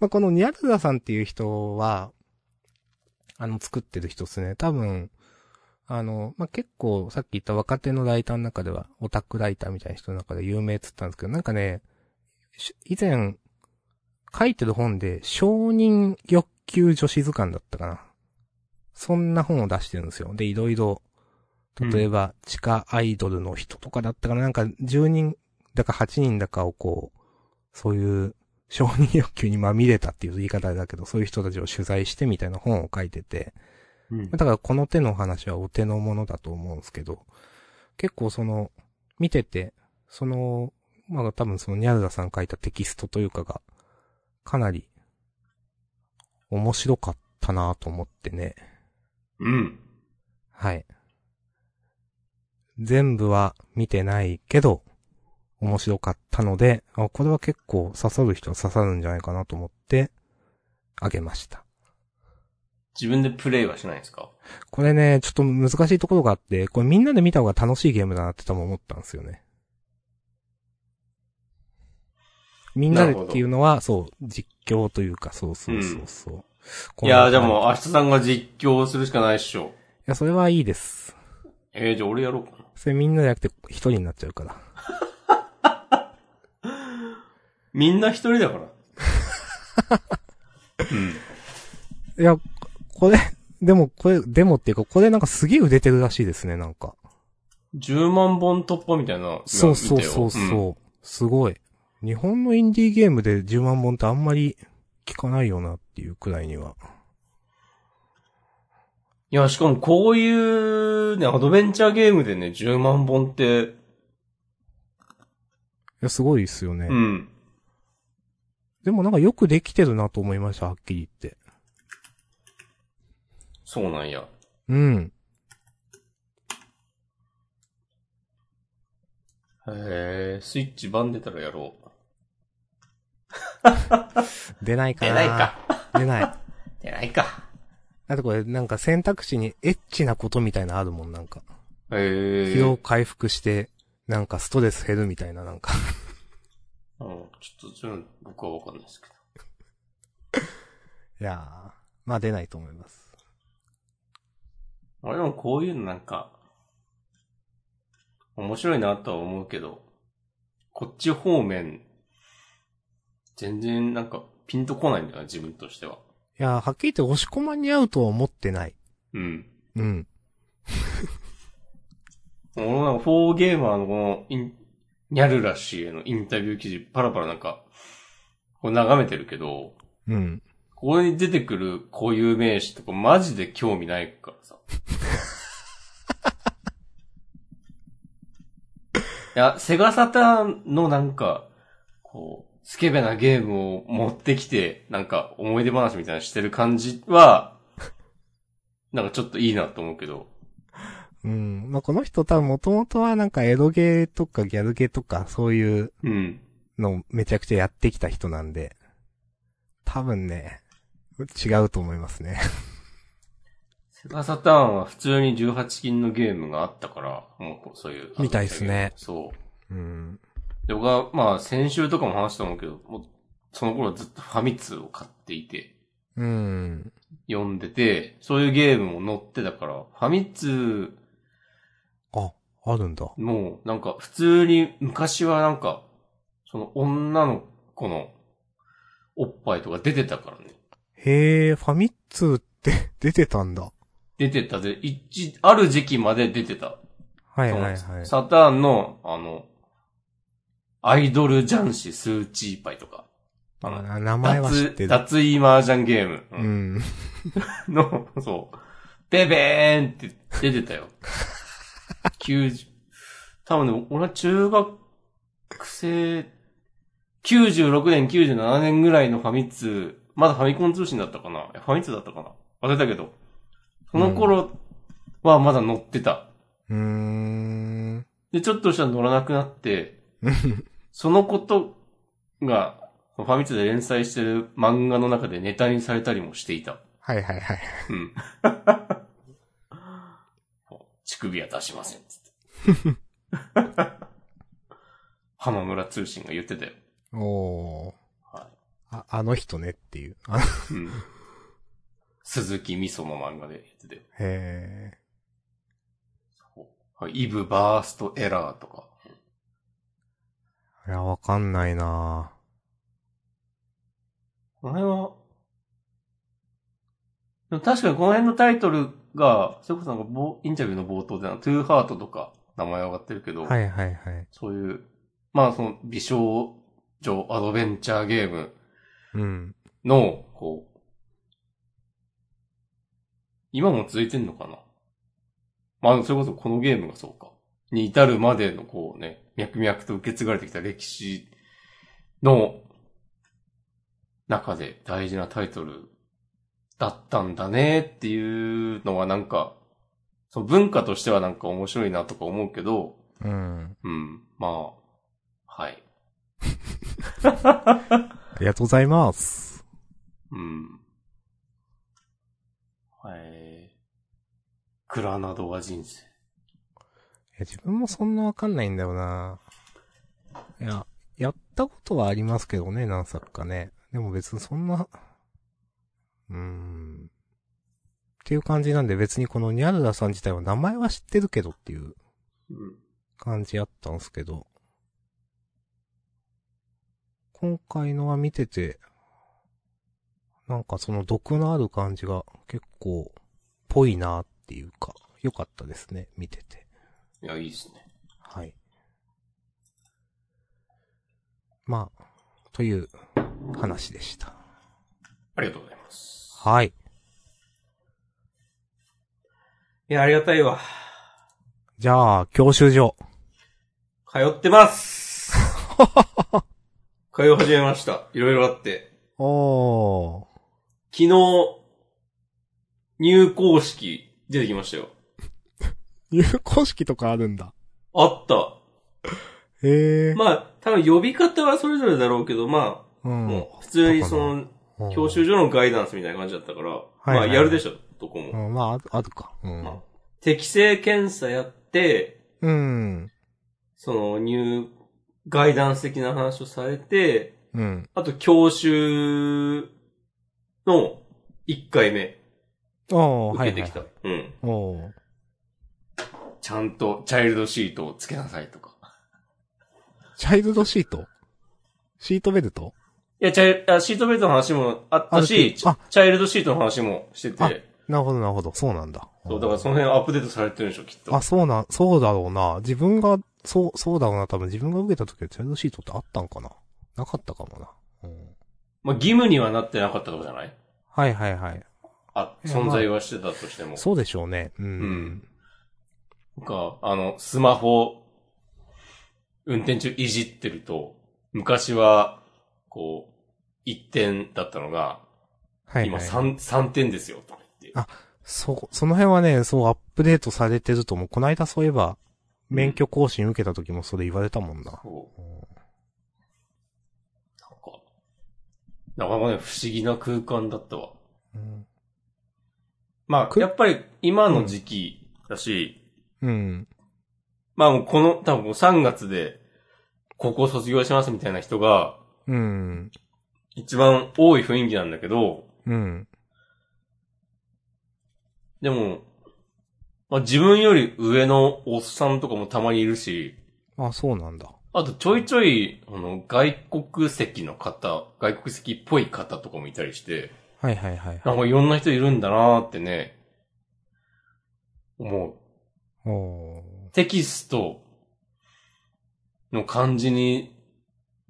[SPEAKER 2] まあ、このニャルダさんっていう人は、あの、作ってる人ですね。多分、あの、まあ、結構、さっき言った若手のライターの中では、オタクライターみたいな人の中で有名っつったんですけど、なんかね、し以前、書いてる本で、承認欲求女子図鑑だったかな。そんな本を出してるんですよ。で、いろいろ、例えば、地下アイドルの人とかだったかな、なんか10人だか8人だかをこう、そういう承認欲求にまみれたっていう言い方だけど、そういう人たちを取材してみたいな本を書いてて、
[SPEAKER 1] うん
[SPEAKER 2] だからこの手の話はお手のものだと思うんですけど、結構その、見てて、その、まあ多分そのニャルダさん書いたテキストというかが、かなり、面白かったなと思ってね。
[SPEAKER 1] うん。
[SPEAKER 2] はい。全部は見てないけど、面白かったので、あこれは結構刺さる人は刺さるんじゃないかなと思って、あげました。
[SPEAKER 1] 自分でプレイはしないんですか
[SPEAKER 2] これね、ちょっと難しいところがあって、これみんなで見た方が楽しいゲームだなって多分思ったんですよね。みんなでっていうのは、そう、実況というか、そうそうそうそう。こ
[SPEAKER 1] い
[SPEAKER 2] んな
[SPEAKER 1] やー、じゃあもう、
[SPEAKER 2] 感
[SPEAKER 1] 明日さんが実況するしかないっしょ。
[SPEAKER 2] じいや、それはいいです。
[SPEAKER 1] えー、じゃあ俺やろうかな。
[SPEAKER 2] それみんなじゃなくて一人になっちゃうから。
[SPEAKER 1] みんな一人だから。 うん。
[SPEAKER 2] いや、これ、でも、これ、でもっていうか、これなんかすげえ売れてるらしいですね、なんか。
[SPEAKER 1] 10万本突破みたいな。
[SPEAKER 2] そうそうそう
[SPEAKER 1] 見たよ
[SPEAKER 2] そう。すごい。日本のインディーゲームで10万本ってあんまり聞かないよなっていうくらいには。
[SPEAKER 1] いや、しかもこういうね、アドベンチャーゲームでね、10万本って、
[SPEAKER 2] いや、すごいですよね。
[SPEAKER 1] うん。
[SPEAKER 2] でもなんかよくできてるなと思いました、はっきり言って。
[SPEAKER 1] そうなんや。
[SPEAKER 2] うん。
[SPEAKER 1] へえ、スイッチ版出たらやろう。
[SPEAKER 2] 出ないか
[SPEAKER 1] 出な
[SPEAKER 2] な
[SPEAKER 1] い。か。
[SPEAKER 2] 出ない。
[SPEAKER 1] 出ないか。
[SPEAKER 2] あとこれ、なんか選択肢にエッチなことみたいなのあるもん、なんか。
[SPEAKER 1] へえ。
[SPEAKER 2] 疲労回復して、なんかストレス減るみたいな、なんか。
[SPEAKER 1] うん、ちょっと、そういうの僕はわかんないですけど。
[SPEAKER 2] いやー、まあ出ないと思います。
[SPEAKER 1] 俺もこういうのなんか、面白いなとは思うけど、こっち方面、全然なんかピンとこないんだよな、自分としては。
[SPEAKER 2] いや、はっきり言って押し込まに合うとは思ってない。
[SPEAKER 1] うん。
[SPEAKER 2] うん。
[SPEAKER 1] 俺もなんかフォーゲーマーのこのイン、ニャルラ氏へのインタビュー記事パラパラなんか、こう眺めてるけど、
[SPEAKER 2] うん。
[SPEAKER 1] ここに出てくる固有名詞とかマジで興味ないからさ。 いや、セガサターンのなんか、こう、スケベなゲームを持ってきて、なんか思い出話みたいなのしてる感じは、なんかちょっといいなと思うけど。
[SPEAKER 2] うん。まあ、この人多分もともとはなんかエロゲーとかギャルゲーとかそういう
[SPEAKER 1] うん。
[SPEAKER 2] のめちゃくちゃやってきた人なんで、多分ね、違うと思いますね。
[SPEAKER 1] セガサターンは普通に18禁のゲームがあったから、もうそういう。
[SPEAKER 2] みたいっすね
[SPEAKER 1] そう。
[SPEAKER 2] うん。
[SPEAKER 1] で、僕は、まあ、先週とかも話したと思うけど、もう、その頃はずっとファミ通を買っていて、
[SPEAKER 2] ううん。
[SPEAKER 1] 読んでて、そういうゲームも載ってたから、ファミ通
[SPEAKER 2] あ、あるんだ。
[SPEAKER 1] もう、なんか、普通に、昔はなんか、その女の子の、おっぱいとか出てたからね。
[SPEAKER 2] へえ、ファミッツって 出てたんだ。
[SPEAKER 1] 出てたで、一、ある時期まで出てた。
[SPEAKER 2] はいはい
[SPEAKER 1] そ
[SPEAKER 2] は
[SPEAKER 1] の
[SPEAKER 2] い。
[SPEAKER 1] サターンの、あの、アイドル雀士スーチーパイとか、あの、
[SPEAKER 2] あ名前は知っ
[SPEAKER 1] 脱
[SPEAKER 2] て、る。
[SPEAKER 1] 脱衣麻雀ゲーム
[SPEAKER 2] う、ん。
[SPEAKER 1] うんの、そう、ベベーンって出てたよ。90、多分ね、俺は中学生、96年、97年ぐらいのファミ通、まだファミコン通信だったかないやファミ通だったかな忘れたけど、その頃はまだ乗ってた。
[SPEAKER 2] うーん。
[SPEAKER 1] で、ちょっとしたら乗らなくなって、そのことが、ファミツで連載してる漫画の中でネタにされたりもしていた。
[SPEAKER 2] はいはいはい。
[SPEAKER 1] うん。 乳首は出しま せんっつって。浜村通信が言ってたよ。
[SPEAKER 2] おー。
[SPEAKER 1] は
[SPEAKER 2] あ、あの人ねっていう。 あ
[SPEAKER 1] うん。鈴木みその漫画で言ってたよ
[SPEAKER 2] へえ。
[SPEAKER 1] はい。イブバーストエラーとか。
[SPEAKER 2] いや、わかんないな
[SPEAKER 1] この辺は、でも確かにこの辺のタイトルが、それこそなんか冒インタビューの冒頭での、トゥーハートとか名前上がってるけど、
[SPEAKER 2] はいはいはい。
[SPEAKER 1] そういう、まあその美少女アドベンチャーゲーム
[SPEAKER 2] うん。
[SPEAKER 1] の、こう、今も続いてんのかなまあそれこそこのゲームがそうか。に至るまでのこうね、脈々と受け継がれてきた歴史の中で大事なタイトルだったんだねっていうのはなんか、その文化としてはなんか面白いなとか思うけど、
[SPEAKER 2] うん。
[SPEAKER 1] うん。まあ、はい。
[SPEAKER 2] ありがとうございます。
[SPEAKER 1] うん。はい。グラナドは人生。
[SPEAKER 2] いや、自分もそんなわかんないんだよないや、やったことはありますけどね、何作かね。でも別にそんな、うーん。っていう感じなんで別にこのニャルダさん自体は名前は知ってるけどっていう
[SPEAKER 1] うん。
[SPEAKER 2] 感じやったんすけど。今回のは見てて、なんかその毒のある感じが結構、ぽいなっていうか、良かったですね、見てて。
[SPEAKER 1] いや、いいですね。
[SPEAKER 2] はい。まあ、という話でした。
[SPEAKER 1] ありがとうございます。
[SPEAKER 2] はい。
[SPEAKER 1] いや、ありがたいわ。
[SPEAKER 2] じゃあ、教習所。
[SPEAKER 1] 通ってます 通い始めました。いろいろあって。
[SPEAKER 2] おー。
[SPEAKER 1] 昨日、入校式出てきましたよ。
[SPEAKER 2] 入校式とかあるんだ。
[SPEAKER 1] あった。
[SPEAKER 2] へえ。
[SPEAKER 1] まあ、多分呼び方はそれぞれだろうけど、まあ、
[SPEAKER 2] うん
[SPEAKER 1] もう普通にその、
[SPEAKER 2] うん
[SPEAKER 1] 教習所のガイダンスみたいな感じだったから、
[SPEAKER 2] いはい
[SPEAKER 1] まあやるでしょ、どこも。
[SPEAKER 2] うん、まあある、あるか。う
[SPEAKER 1] まあ
[SPEAKER 2] ん。
[SPEAKER 1] 適正検査やって、
[SPEAKER 2] うん。
[SPEAKER 1] その入、ガイダンス的な話をされて、
[SPEAKER 2] うん。
[SPEAKER 1] あと教習の1回目
[SPEAKER 2] おー、は
[SPEAKER 1] 受
[SPEAKER 2] い
[SPEAKER 1] け。てきた。
[SPEAKER 2] はい
[SPEAKER 1] うん。
[SPEAKER 2] おー。
[SPEAKER 1] ちゃんとチャイルドシートをつけなさいとか。
[SPEAKER 2] チャイルドシートシートベルト
[SPEAKER 1] いや、チャイあシートベルトの話もあったし、チ
[SPEAKER 2] あ
[SPEAKER 1] ャチャイルドシートの話もして
[SPEAKER 2] あ
[SPEAKER 1] て、
[SPEAKER 2] なるほど、なるほど。そうなんだ。
[SPEAKER 1] そう、だからその辺アップデートされてるんでしょ、きっと。
[SPEAKER 2] あ、そうな、そうだろうな。自分が、そう、そうだろうな。多分自分が受けた時はチャイルドシートってあったんかななかったかもな。うん。
[SPEAKER 1] まあ、義務にはなってなかったとかじゃない
[SPEAKER 2] はいはいはい。
[SPEAKER 1] あ、
[SPEAKER 2] いやまあ
[SPEAKER 1] 存在はしてたとしても。
[SPEAKER 2] そうでしょうね。うん。
[SPEAKER 1] うんか、あの、スマホ、運転中いじってると、昔は、こう、1点だったのが、
[SPEAKER 2] はい、はい。
[SPEAKER 1] 今 3, 3点ですよ、とか言って。
[SPEAKER 2] あそう、その辺はね、そうアップデートされてるともう、こないだそういえば、免許更新受けた時もそれ言われたもんな。
[SPEAKER 1] そう
[SPEAKER 2] うん
[SPEAKER 1] なんか、なかなかね、不思議な空間だったわ。
[SPEAKER 2] うん。
[SPEAKER 1] まあ、
[SPEAKER 2] く
[SPEAKER 1] やっぱり今の時期だし、
[SPEAKER 2] うん。
[SPEAKER 1] まあもうこの、多分こう3月で、高校卒業しますみたいな人が、
[SPEAKER 2] うん。
[SPEAKER 1] 一番多い雰囲気なんだけど、
[SPEAKER 2] うん。
[SPEAKER 1] でも、まあ、自分より上のおっさんとかもたまにいるし、
[SPEAKER 2] あ、そうなんだ。
[SPEAKER 1] あとちょいちょい、あの、外国籍の方、外国籍っぽい方とかもいたりして、
[SPEAKER 2] はいはいはい。
[SPEAKER 1] なんかいろんな人いるんだなーってね、思う。
[SPEAKER 2] おー
[SPEAKER 1] テキストの漢字に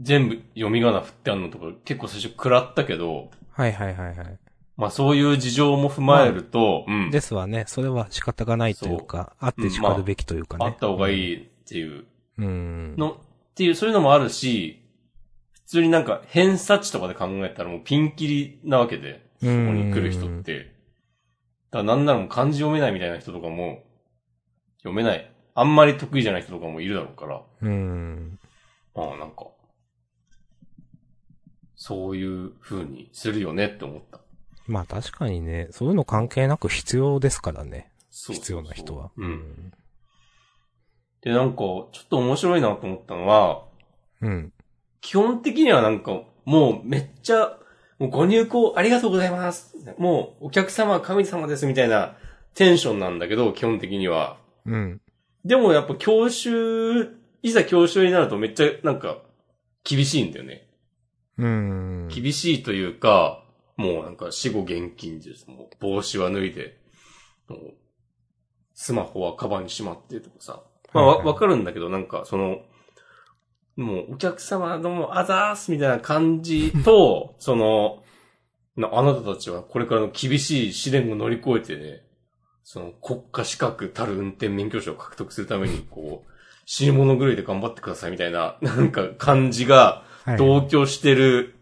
[SPEAKER 1] 全部読み仮名振ってあるのとか結構最初食らったけど、
[SPEAKER 2] はいはいはいはい。
[SPEAKER 1] まあそういう事情も踏まえると、うん。
[SPEAKER 2] ですわね。それは仕方がないというか、あって叱るべきというかね。
[SPEAKER 1] あった方がい
[SPEAKER 2] い。
[SPEAKER 1] いっていう
[SPEAKER 2] うん。
[SPEAKER 1] の、っていう、そういうのもあるし、普通になんか偏差値とかで考えたらもうピンキリなわけで、そこに来る人って。だからなんならもう漢字読めないみたいな人とかも、読めない。あんまり得意じゃない人とかもいるだろうから。
[SPEAKER 2] うん。
[SPEAKER 1] ああ、なんか、そういう風にするよねって思った。
[SPEAKER 2] まあ確かにね、そういうの関係なく必要ですからね。
[SPEAKER 1] そう
[SPEAKER 2] 必要な人は。
[SPEAKER 1] うん。で、なんか、ちょっと面白いなと思ったのは、
[SPEAKER 2] うん。
[SPEAKER 1] 基本的にはなんか、もうめっちゃ、もうご入校ありがとうございます。もうお客様、神様ですみたいなテンションなんだけど、基本的には。
[SPEAKER 2] うん。
[SPEAKER 1] でもやっぱ教習、いざ教習になるとめっちゃなんか、厳しいんだよね。
[SPEAKER 2] うん。
[SPEAKER 1] 厳しいというか、もうなんか死後現金です。もう帽子は脱いで、もうスマホはカバンにしまってとかさ。まあ
[SPEAKER 2] はい
[SPEAKER 1] わ、
[SPEAKER 2] はい
[SPEAKER 1] わかるんだけど、なんかその、もうお客様どうもあざーすみたいな感じ と、その、なあなたたちはこれからの厳しい試練を乗り越えてね、その国家資格たる運転免許証を獲得するために、こう、死に物狂いで頑張ってくださいみたいな、なんか感じが
[SPEAKER 2] はい
[SPEAKER 1] 同居してる、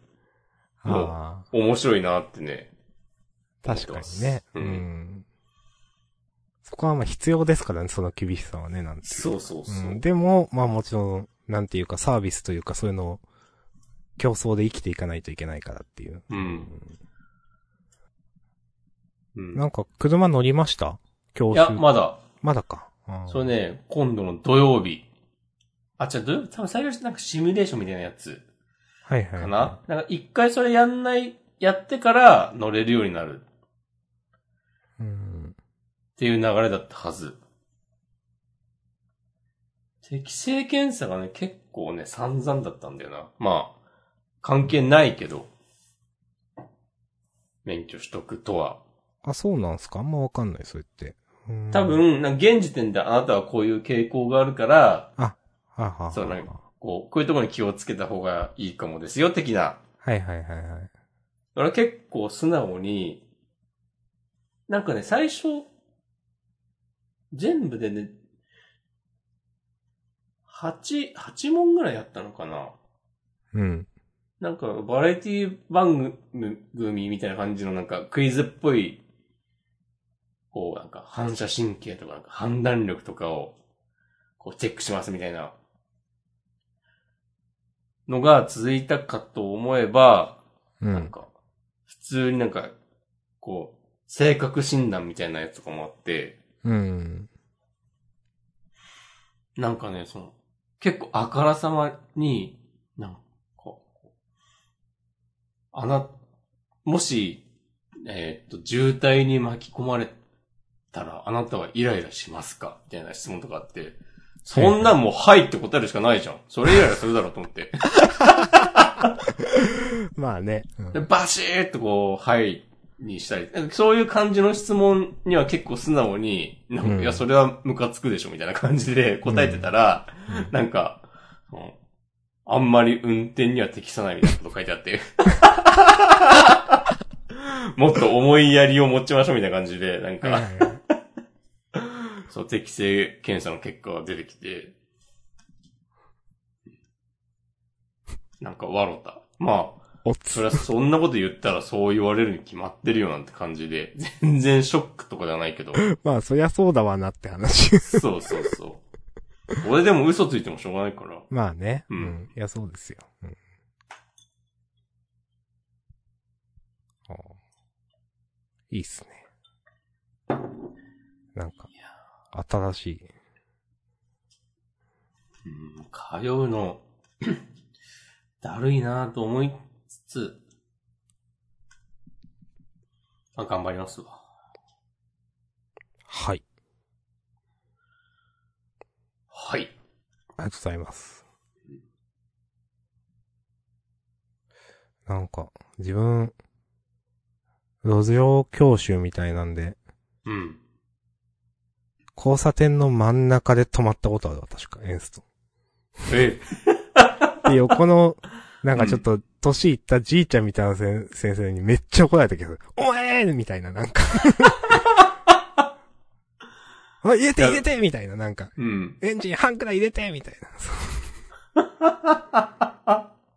[SPEAKER 2] あ
[SPEAKER 1] 面白いなってね。
[SPEAKER 2] あ、確かにね。
[SPEAKER 1] う
[SPEAKER 2] うんん。そこはまあ必要ですからね、その厳しさはね、なんていうか
[SPEAKER 1] そうそうそう。
[SPEAKER 2] うん、でも、まあもちろん、なんていうかサービスというかそういうのを競争で生きていかないといけないからっていう。
[SPEAKER 1] うん。うん
[SPEAKER 2] なんか車乗りました教
[SPEAKER 1] い
[SPEAKER 2] 習。
[SPEAKER 1] や、まだ、
[SPEAKER 2] まだか。
[SPEAKER 1] それね、今度の土曜日。あ、じゃあ土曜日、多分最初なんかシミュレーションみたいなやつ
[SPEAKER 2] はいはい。
[SPEAKER 1] かな、なんか一回それやんない、やってから乗れるようになるっ
[SPEAKER 2] うん。
[SPEAKER 1] ていう流れだったはず。適性検査がね、結構ね、散々だったんだよな。まあ、関係ないけど。免許取得とは。
[SPEAKER 2] あ、そうなんすかあんまわかんない、それって。うん
[SPEAKER 1] 多。分、なんか現時点であなたはこういう傾向があるから、
[SPEAKER 2] はあはあはあ
[SPEAKER 1] そうなんかこう、こういうところに気をつけた方がいいかもですよ、的な。
[SPEAKER 2] はいはいはいはい。
[SPEAKER 1] 俺は結構素直に、なんかね、最初、全部でね、8、8問ぐらいやったのかな
[SPEAKER 2] うん。
[SPEAKER 1] なんか、バラエティ番組みたいな感じのなんか、クイズっぽい、こう、なんか、反射神経とか、なんか判断力とかを、こう、チェックしますみたいな、のが続いたかと思えば、
[SPEAKER 2] う
[SPEAKER 1] なん
[SPEAKER 2] ん。
[SPEAKER 1] か、普通になんか、こう、性格診断みたいなやつとかもあって、
[SPEAKER 2] うん。
[SPEAKER 1] なんかね、その、結構あからさまに、なんか、こうあな、もし、えーっと、渋滞に巻き込まれたら、あなたはイライラしますかみたいな質問とかあって、そんなんもう、はいって答えるしかないじゃん。それイライラするだろうと思って。
[SPEAKER 2] まあね。うん
[SPEAKER 1] でバシーッとこう、はいにしたり、なんかそういう感じの質問には結構素直に、なんか
[SPEAKER 2] うん
[SPEAKER 1] いや、それはムカつくでしょみたいな感じで答えてたら、
[SPEAKER 2] うん
[SPEAKER 1] なんか、うんあんまり運転には適さないみたいなこと書いてあ って。もっと思いやりを持ちましょうみたいな感じで、なん
[SPEAKER 2] はい
[SPEAKER 1] か、
[SPEAKER 2] はいはい
[SPEAKER 1] そう、適性検査の結果が出てきて、なんか笑った。まあ、
[SPEAKER 2] お
[SPEAKER 1] そ
[SPEAKER 2] つ。
[SPEAKER 1] りゃそんなこと言ったらそう言われるに決まってるよなんて感じで、全然ショックとかじゃないけ ど。
[SPEAKER 2] まあそりゃそうだわなって話。
[SPEAKER 1] そうそうそう。俺でも嘘ついてもしょうがないから。
[SPEAKER 2] まあね。
[SPEAKER 1] う
[SPEAKER 2] うんん。いや、そうですよ。うん。ああいいっすね。なんか、新しい。
[SPEAKER 1] うん、通うの、 だるいなぁと思いつつ、まあ頑張りますわ。
[SPEAKER 2] がとうございます。なんか、自分、路上教習みたいなんで、
[SPEAKER 1] うん。
[SPEAKER 2] 交差点の真ん中で止まったことあるわ、確か、エンスト。
[SPEAKER 1] え
[SPEAKER 2] で、横の、なんかちょっと、年いったじいちゃんみたいなせん先生にめっちゃ怒られたけど、お前みたい な、なんかおい。入れて入れてみたいな、なんか。
[SPEAKER 1] うん。
[SPEAKER 2] エンジン半くらい入れてみたいな。そう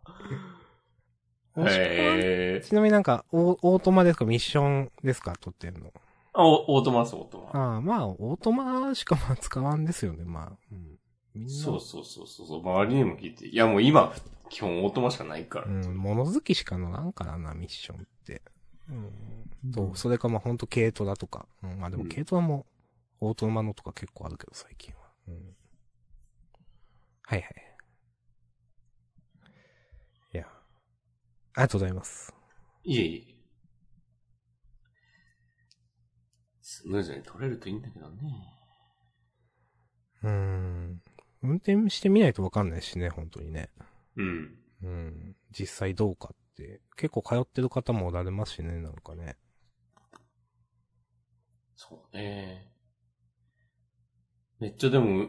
[SPEAKER 2] 押し込まん
[SPEAKER 1] えー。
[SPEAKER 2] ちなみになんか、オーオートマですかミッションですか撮ってんの。
[SPEAKER 1] あ、おオートマっす、オートマ。
[SPEAKER 2] ああ、まあ、オートマしかまあ使わんですよね、まあ。うん、みんな
[SPEAKER 1] そうそうそうそう、周りにも聞いて。いや、もう今、基本オートマしかないから。
[SPEAKER 2] うん、物好きしかのなんからな、ミッションって。うん。と、それかまあほんと軽トラとか。うん、まあでも
[SPEAKER 1] うん
[SPEAKER 2] 軽トラも、オートマのとか結構あるけど、最近は。うん。はいはい。いや。ありがとうございます。
[SPEAKER 1] いえいえ。スムーズに取れるといいんだけどね。
[SPEAKER 2] うん。運転してみないとわかんないしね、本当にね。
[SPEAKER 1] うん。
[SPEAKER 2] うん。実際どうかって。結構通ってる方もおられますしね、なんかね。
[SPEAKER 1] そうね。めっちゃでも、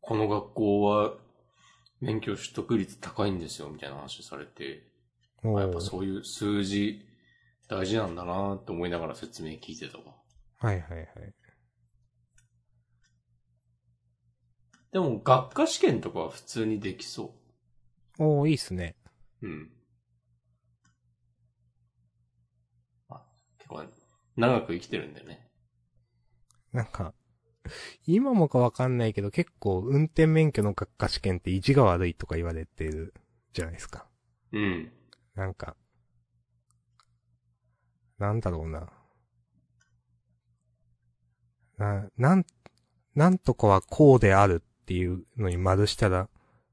[SPEAKER 1] この学校は、免許取得率高いんですよ、みたいな話されて。
[SPEAKER 2] お
[SPEAKER 1] あ
[SPEAKER 2] ー
[SPEAKER 1] やっぱそういう数字、大事なんだなって思いながら説明聞いてたわ。
[SPEAKER 2] はいはいはい。
[SPEAKER 1] でも、学科試験とかは普通にできそ
[SPEAKER 2] おおいいっすね。
[SPEAKER 1] う。うん。まあ、結構、長く生きてるんだよね。
[SPEAKER 2] なんか、今もかわかんないけど、結構運転免許の学科試験って意地が悪いとか言われてるじゃないですか。
[SPEAKER 1] うん。
[SPEAKER 2] なんか、なんだろうな。な、なん、なんとかはこうであるっていうのに丸したら、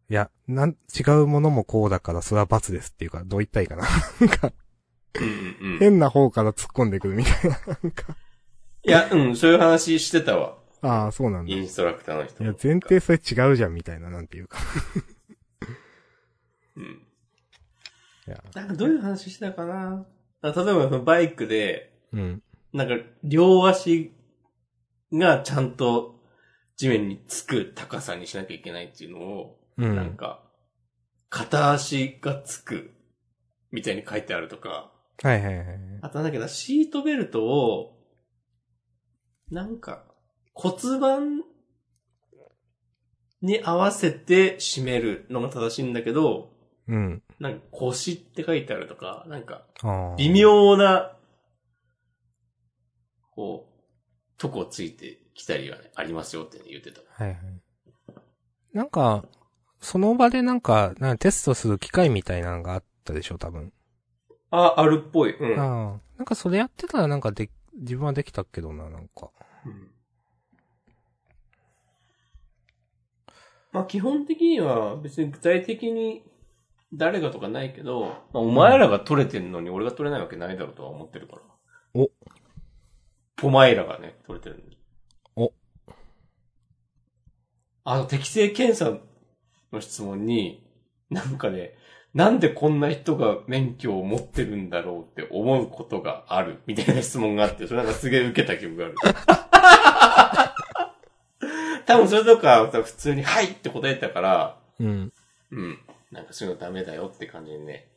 [SPEAKER 2] いや、なん、違うものもこうだからそれは罰ですっていうか、どう言ったらいいかな。なんか、
[SPEAKER 1] うんうんうん。い
[SPEAKER 2] 変な方から突っ込んでくるみたいな。なんか、
[SPEAKER 1] や、うん、そういう話してたわ。
[SPEAKER 2] ああ、そうなんだ。
[SPEAKER 1] インストラクターの人
[SPEAKER 2] い
[SPEAKER 1] も
[SPEAKER 2] や、前提それ違うじゃん、みたいな、なんていうか。
[SPEAKER 1] うん。
[SPEAKER 2] いや、
[SPEAKER 1] なんかどういう話してたかなあ例えばそのバイクで、
[SPEAKER 2] うん。
[SPEAKER 1] なんか両足がちゃんと地面につく高さにしなきゃいけないっていうのを、
[SPEAKER 2] うん
[SPEAKER 1] なんか、片足がつく、みたいに書いてあるとか、
[SPEAKER 2] はいはいはい。
[SPEAKER 1] あとなんだっけど、シートベルトを、なんか、骨盤に合わせて締めるのが正しいんだけど、
[SPEAKER 2] うん。
[SPEAKER 1] なんか腰って書いてあるとか、なんか
[SPEAKER 2] ああ。
[SPEAKER 1] 微。妙な、こう、とこついてきたりはね、ありますよって言ってた。
[SPEAKER 2] はいはい。なんか、その場でなんか、なんかテストする機械みたいなのがあったでしょ、多分。
[SPEAKER 1] あ、あるっぽい。うん。
[SPEAKER 2] ああ。なんかそれやってたらなんかで、自分はできたけどな、なんか。
[SPEAKER 1] うんまあ基本的には別に具体的に誰がとかないけど、まあ、お前らが取れてんのに俺が取れないわけないだろうとは思ってるから。
[SPEAKER 2] お。
[SPEAKER 1] お前らがね、取れてるのに。
[SPEAKER 2] お。
[SPEAKER 1] あの、適正検査の質問に、なんかね、なんでこんな人が免許を持ってるんだろうって思うことがあるみたいな質問があって、それなんかすげえ受けた記憶がある。多分それとか、普通に、はいって答えたから、
[SPEAKER 2] うん。
[SPEAKER 1] うん。なんかそういうのダメだよって感じにね、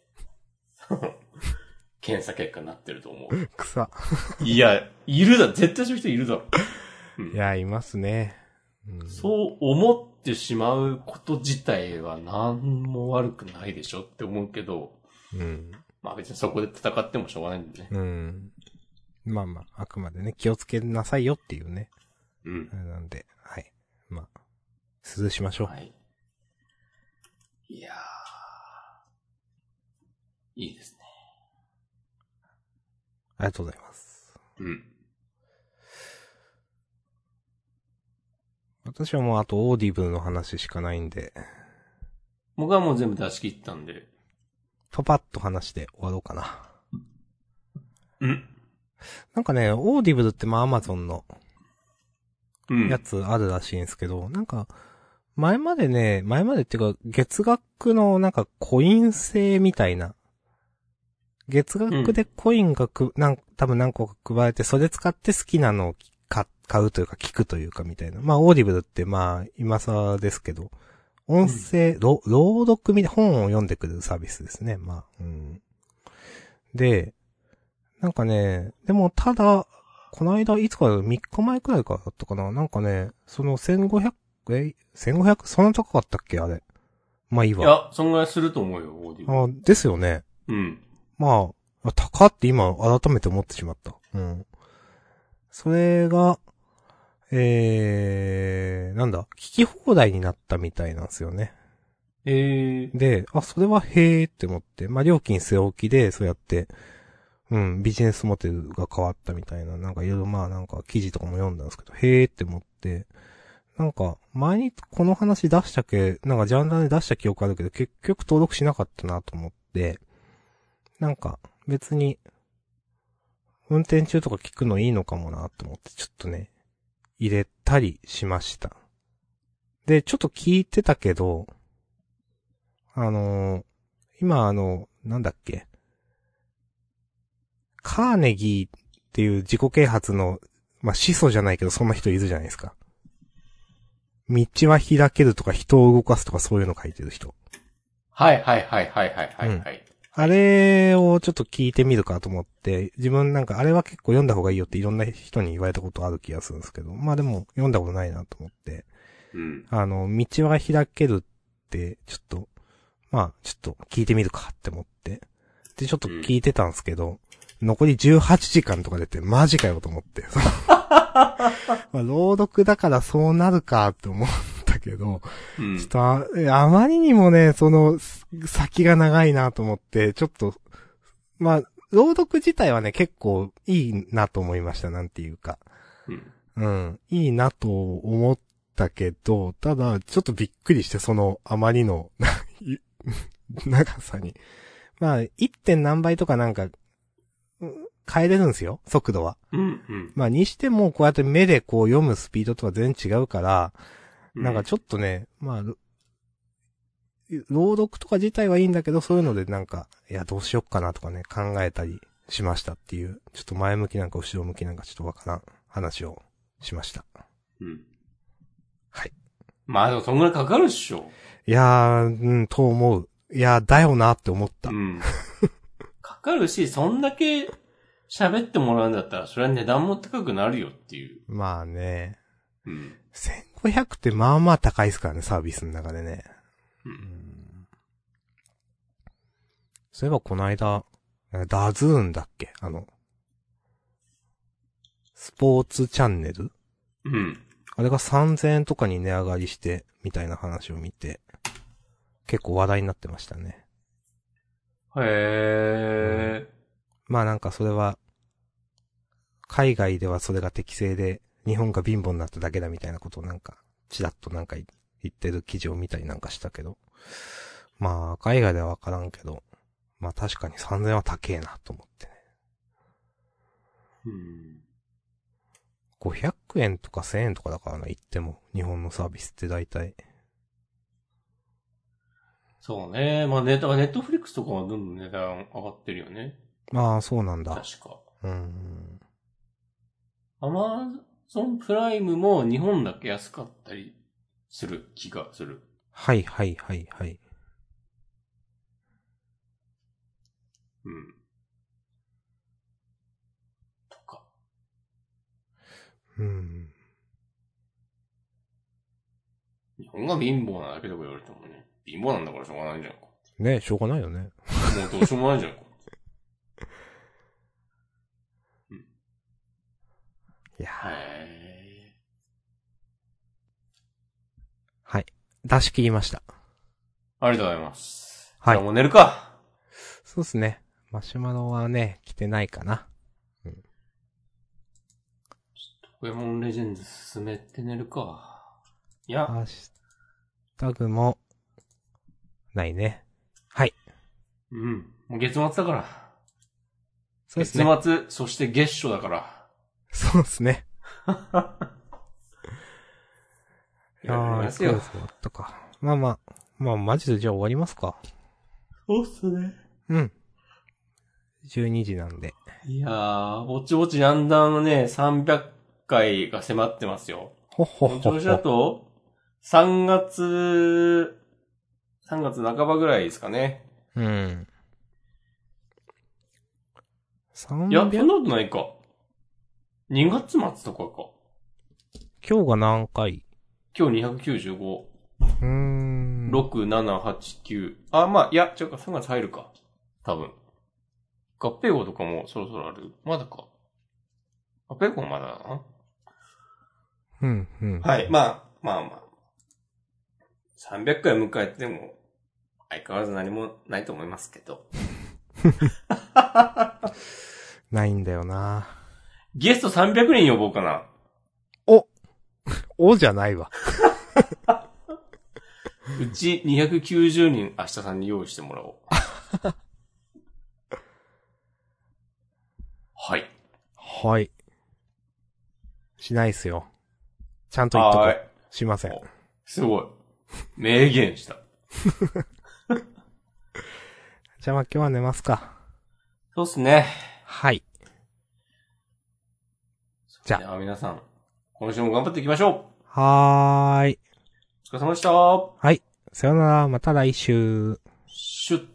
[SPEAKER 1] 検査結果になってると思う。
[SPEAKER 2] 草。
[SPEAKER 1] いや、いるだ、絶対そういう人いるだろ。
[SPEAKER 2] いや、いますね。うん。
[SPEAKER 1] そう思ってしまうこと自体は何も悪くないでしょって思うけど、
[SPEAKER 2] うん。
[SPEAKER 1] まあ別にそこで戦ってもしょうがないんでね。
[SPEAKER 2] うん。まあまあ、あくまでね、気をつけなさいよっていうね。
[SPEAKER 1] うん
[SPEAKER 2] あ。れなんで、はい。まあ、涼しましょう。
[SPEAKER 1] はい。いやー。いいですね。
[SPEAKER 2] ありがとうございます。
[SPEAKER 1] うん。
[SPEAKER 2] 私はもうあとオーディブルの話しかないんで、
[SPEAKER 1] 僕はもう全部出し切ったんで。
[SPEAKER 2] パパッと話して終わろうかな。
[SPEAKER 1] うん。
[SPEAKER 2] なんかね、オーディブルってまあアマゾンの
[SPEAKER 1] うん。
[SPEAKER 2] やつあるらしいんですけど、なんか、前までね、前までっていうか、月額のなんかコイン制みたいな。月額でコインがく、なん、多分何個か配られて、それ使って好きなのを買買うというか、聞くというかみたいな。まあ、オーディブルってまあ、今更ですけど、音声、ろ朗読み、本を読んでくれるサービスですね。まあ、うん。で、なんかね、でもただ、この間、いつから3日前くらいからだったかななんかね、その1500、え、1500? そんな高かったっけあれ。まあいい
[SPEAKER 1] い
[SPEAKER 2] わ。
[SPEAKER 1] や、そんぐらいすると思うよ、オーディブル。
[SPEAKER 2] あですよね。
[SPEAKER 1] うん。
[SPEAKER 2] まあ、あ高って今改めて思ってしまった。うん。それが、えー、なんだ、聞き放題になったみたいなんですよね。
[SPEAKER 1] ええ
[SPEAKER 2] で、あ、それはへーって思って、まあ料金据え置きで、そうやって、うん、ビジネスモデルが変わったみたいな、なんかいろいろまあなんか記事とかも読んだんですけど、へーって思って、なんか前にこの話出したけ、なんかジャンダーで出した記憶あるけど、結局登録しなかったなと思って、なんか別に、運転中とか聞くのいいのかもなと思って、ちょっとね、入れたりしました。で、ちょっと聞いてたけど、あのー今あの、なんだっけ。カーネギーっていう自己啓発の、まあ、始祖じゃないけど、そんな人いるじゃないですか。道は開けるとか、人を動かすとか、そういうの書いてる人。
[SPEAKER 1] はいはいはいはいはいはいはい。
[SPEAKER 2] あれをちょっと聞いてみるかと思って、自分なんかあれは結構読んだ方がいいよっていろんな人に言われたことある気がするんですけど、まあでも読んだことないなと思って、
[SPEAKER 1] うん。
[SPEAKER 2] あの、道は開けるって、ちょっと、まあ、ちょっと聞いてみるかって思って。で、ちょっと聞いてたんですけど、残り18時間とか出て、マジかよと思って。 そのまあ、朗読だからそうなるかって思ったけど、
[SPEAKER 1] うん
[SPEAKER 2] ちょっ。とあ、あまりにもね、その、す先が長いなと思って、ちょっと、まあ、朗読自体はね、結構いいなと思いました、なんていうか。
[SPEAKER 1] うん
[SPEAKER 2] うん、いいなと思ったけど、ただ、ちょっとびっくりして、その、あまりの、 い長さに。まあ、1. 点何倍とかなんか、うん変えれるんですよ、速度は。
[SPEAKER 1] うん。うん。
[SPEAKER 2] まあ、にしても、こうやって目でこう読むスピードとは全然違うから、
[SPEAKER 1] うん
[SPEAKER 2] なんかちょっとね、まあ、ろ朗読とか自体はいいんだけど、そういうのでなんか、いや、どうしよっかなとかね、考えたりしましたっていう、ちょっと前向きなんか後ろ向きなんかちょっとわからん話をしました。
[SPEAKER 1] うん。
[SPEAKER 2] はい。
[SPEAKER 1] まあでもそんぐらいかかるっしょ。
[SPEAKER 2] いやー、うん、と思う。いやー、だよなって思った。
[SPEAKER 1] うん。かかるし、そんだけ喋ってもらうんだったら、それは値段も高くなるよっていう。
[SPEAKER 2] まあね、
[SPEAKER 1] うん。
[SPEAKER 2] 1500ってまあまあ高いですからね、サービスの中でね。
[SPEAKER 1] うん。
[SPEAKER 2] そういえばこの間、ダズーンだっけあの、スポーツチャンネル
[SPEAKER 1] うん。
[SPEAKER 2] あれが3000円とかに値上がりして、みたいな話を見て、結構話題になってましたね。
[SPEAKER 1] へえ。
[SPEAKER 2] まあなんかそれは、海外ではそれが適正で、日本が貧乏になっただけだみたいなことをなんか、ちらっとなんか言ってる記事を見たりなんかしたけど、まあ海外ではわからんけど、まあ確かに3000円は高えなと思ってね。
[SPEAKER 1] うん。
[SPEAKER 2] 500円とか1000円とかだからな、言っても、日本のサービスって大体。
[SPEAKER 1] そうね。まあネタがネットフリックスとかはどんどん値段上がってるよね。
[SPEAKER 2] まあそうなんだ。
[SPEAKER 1] 確か。
[SPEAKER 2] うん。
[SPEAKER 1] アマゾンプライムも日本だけ安かったりする気がする。
[SPEAKER 2] はいはいはいはい。
[SPEAKER 1] うん。とか。
[SPEAKER 2] うん。
[SPEAKER 1] 日本が貧乏なだけとか言われてもね。貧乏なんだからしょうがないじゃんか。
[SPEAKER 2] ねしょうがないよね。
[SPEAKER 1] もうどうしようもないじゃんか。
[SPEAKER 2] いや
[SPEAKER 1] へ
[SPEAKER 2] はい。出し切りました。
[SPEAKER 1] ーありがとうございます。
[SPEAKER 2] はい
[SPEAKER 1] じゃあもう寝るか。
[SPEAKER 2] そうですね。マシュマロはね、来てないかな。
[SPEAKER 1] ポケモンレジェンズ進めて寝るか。いや、
[SPEAKER 2] ハッシュタグも、ないね。はい。
[SPEAKER 1] うん。もう月末だから。
[SPEAKER 2] そうです
[SPEAKER 1] 月
[SPEAKER 2] ね。
[SPEAKER 1] 末、そして月初だから。
[SPEAKER 2] そうですね。
[SPEAKER 1] やり
[SPEAKER 2] ああ、
[SPEAKER 1] ます
[SPEAKER 2] そうで
[SPEAKER 1] よ。
[SPEAKER 2] すね。とか。まあまあ、まあマジでじゃあ終わりますか。
[SPEAKER 1] そうっすね。
[SPEAKER 2] うん。12時なんで。
[SPEAKER 1] いやー、ぼちぼちランダムのね、300回が迫ってますよ。
[SPEAKER 2] ほっほっ
[SPEAKER 1] この
[SPEAKER 2] ほっ
[SPEAKER 1] 調子だ
[SPEAKER 2] ほ。
[SPEAKER 1] と、3月、3月半ばぐらいですかね。
[SPEAKER 2] うん。
[SPEAKER 1] いや、そん
[SPEAKER 2] 300
[SPEAKER 1] なことないか。2月末とかか。
[SPEAKER 2] 今日が何回
[SPEAKER 1] 今日295。
[SPEAKER 2] うーん。
[SPEAKER 1] 6、7、8、9。あ、まあ、いや、違うか、3月入るか。多分。合併号とかもそろそろある。まだか。合併号まだな。
[SPEAKER 2] うん、うん。
[SPEAKER 1] はい、まあ、まあまあ。300回迎えても、相変わらず何もないと思いますけど。
[SPEAKER 2] ないんだよな。
[SPEAKER 1] ゲスト300人呼ぼうかな。
[SPEAKER 2] おじゃないわ。
[SPEAKER 1] うち290人明日さんに用意してもらおう。 はい。
[SPEAKER 2] はい。しないっすよ。ちゃんと言っとこ
[SPEAKER 1] は
[SPEAKER 2] う。
[SPEAKER 1] い。
[SPEAKER 2] しません。
[SPEAKER 1] すごい。明言した。
[SPEAKER 2] じゃあまあ今日は寝ますか。
[SPEAKER 1] そうっすね。
[SPEAKER 2] はい。じゃあ
[SPEAKER 1] では皆さん、今週も頑張っていきましょう
[SPEAKER 2] はーい。
[SPEAKER 1] お疲れ様でした
[SPEAKER 2] はい。さよなら、また来週。
[SPEAKER 1] シュッ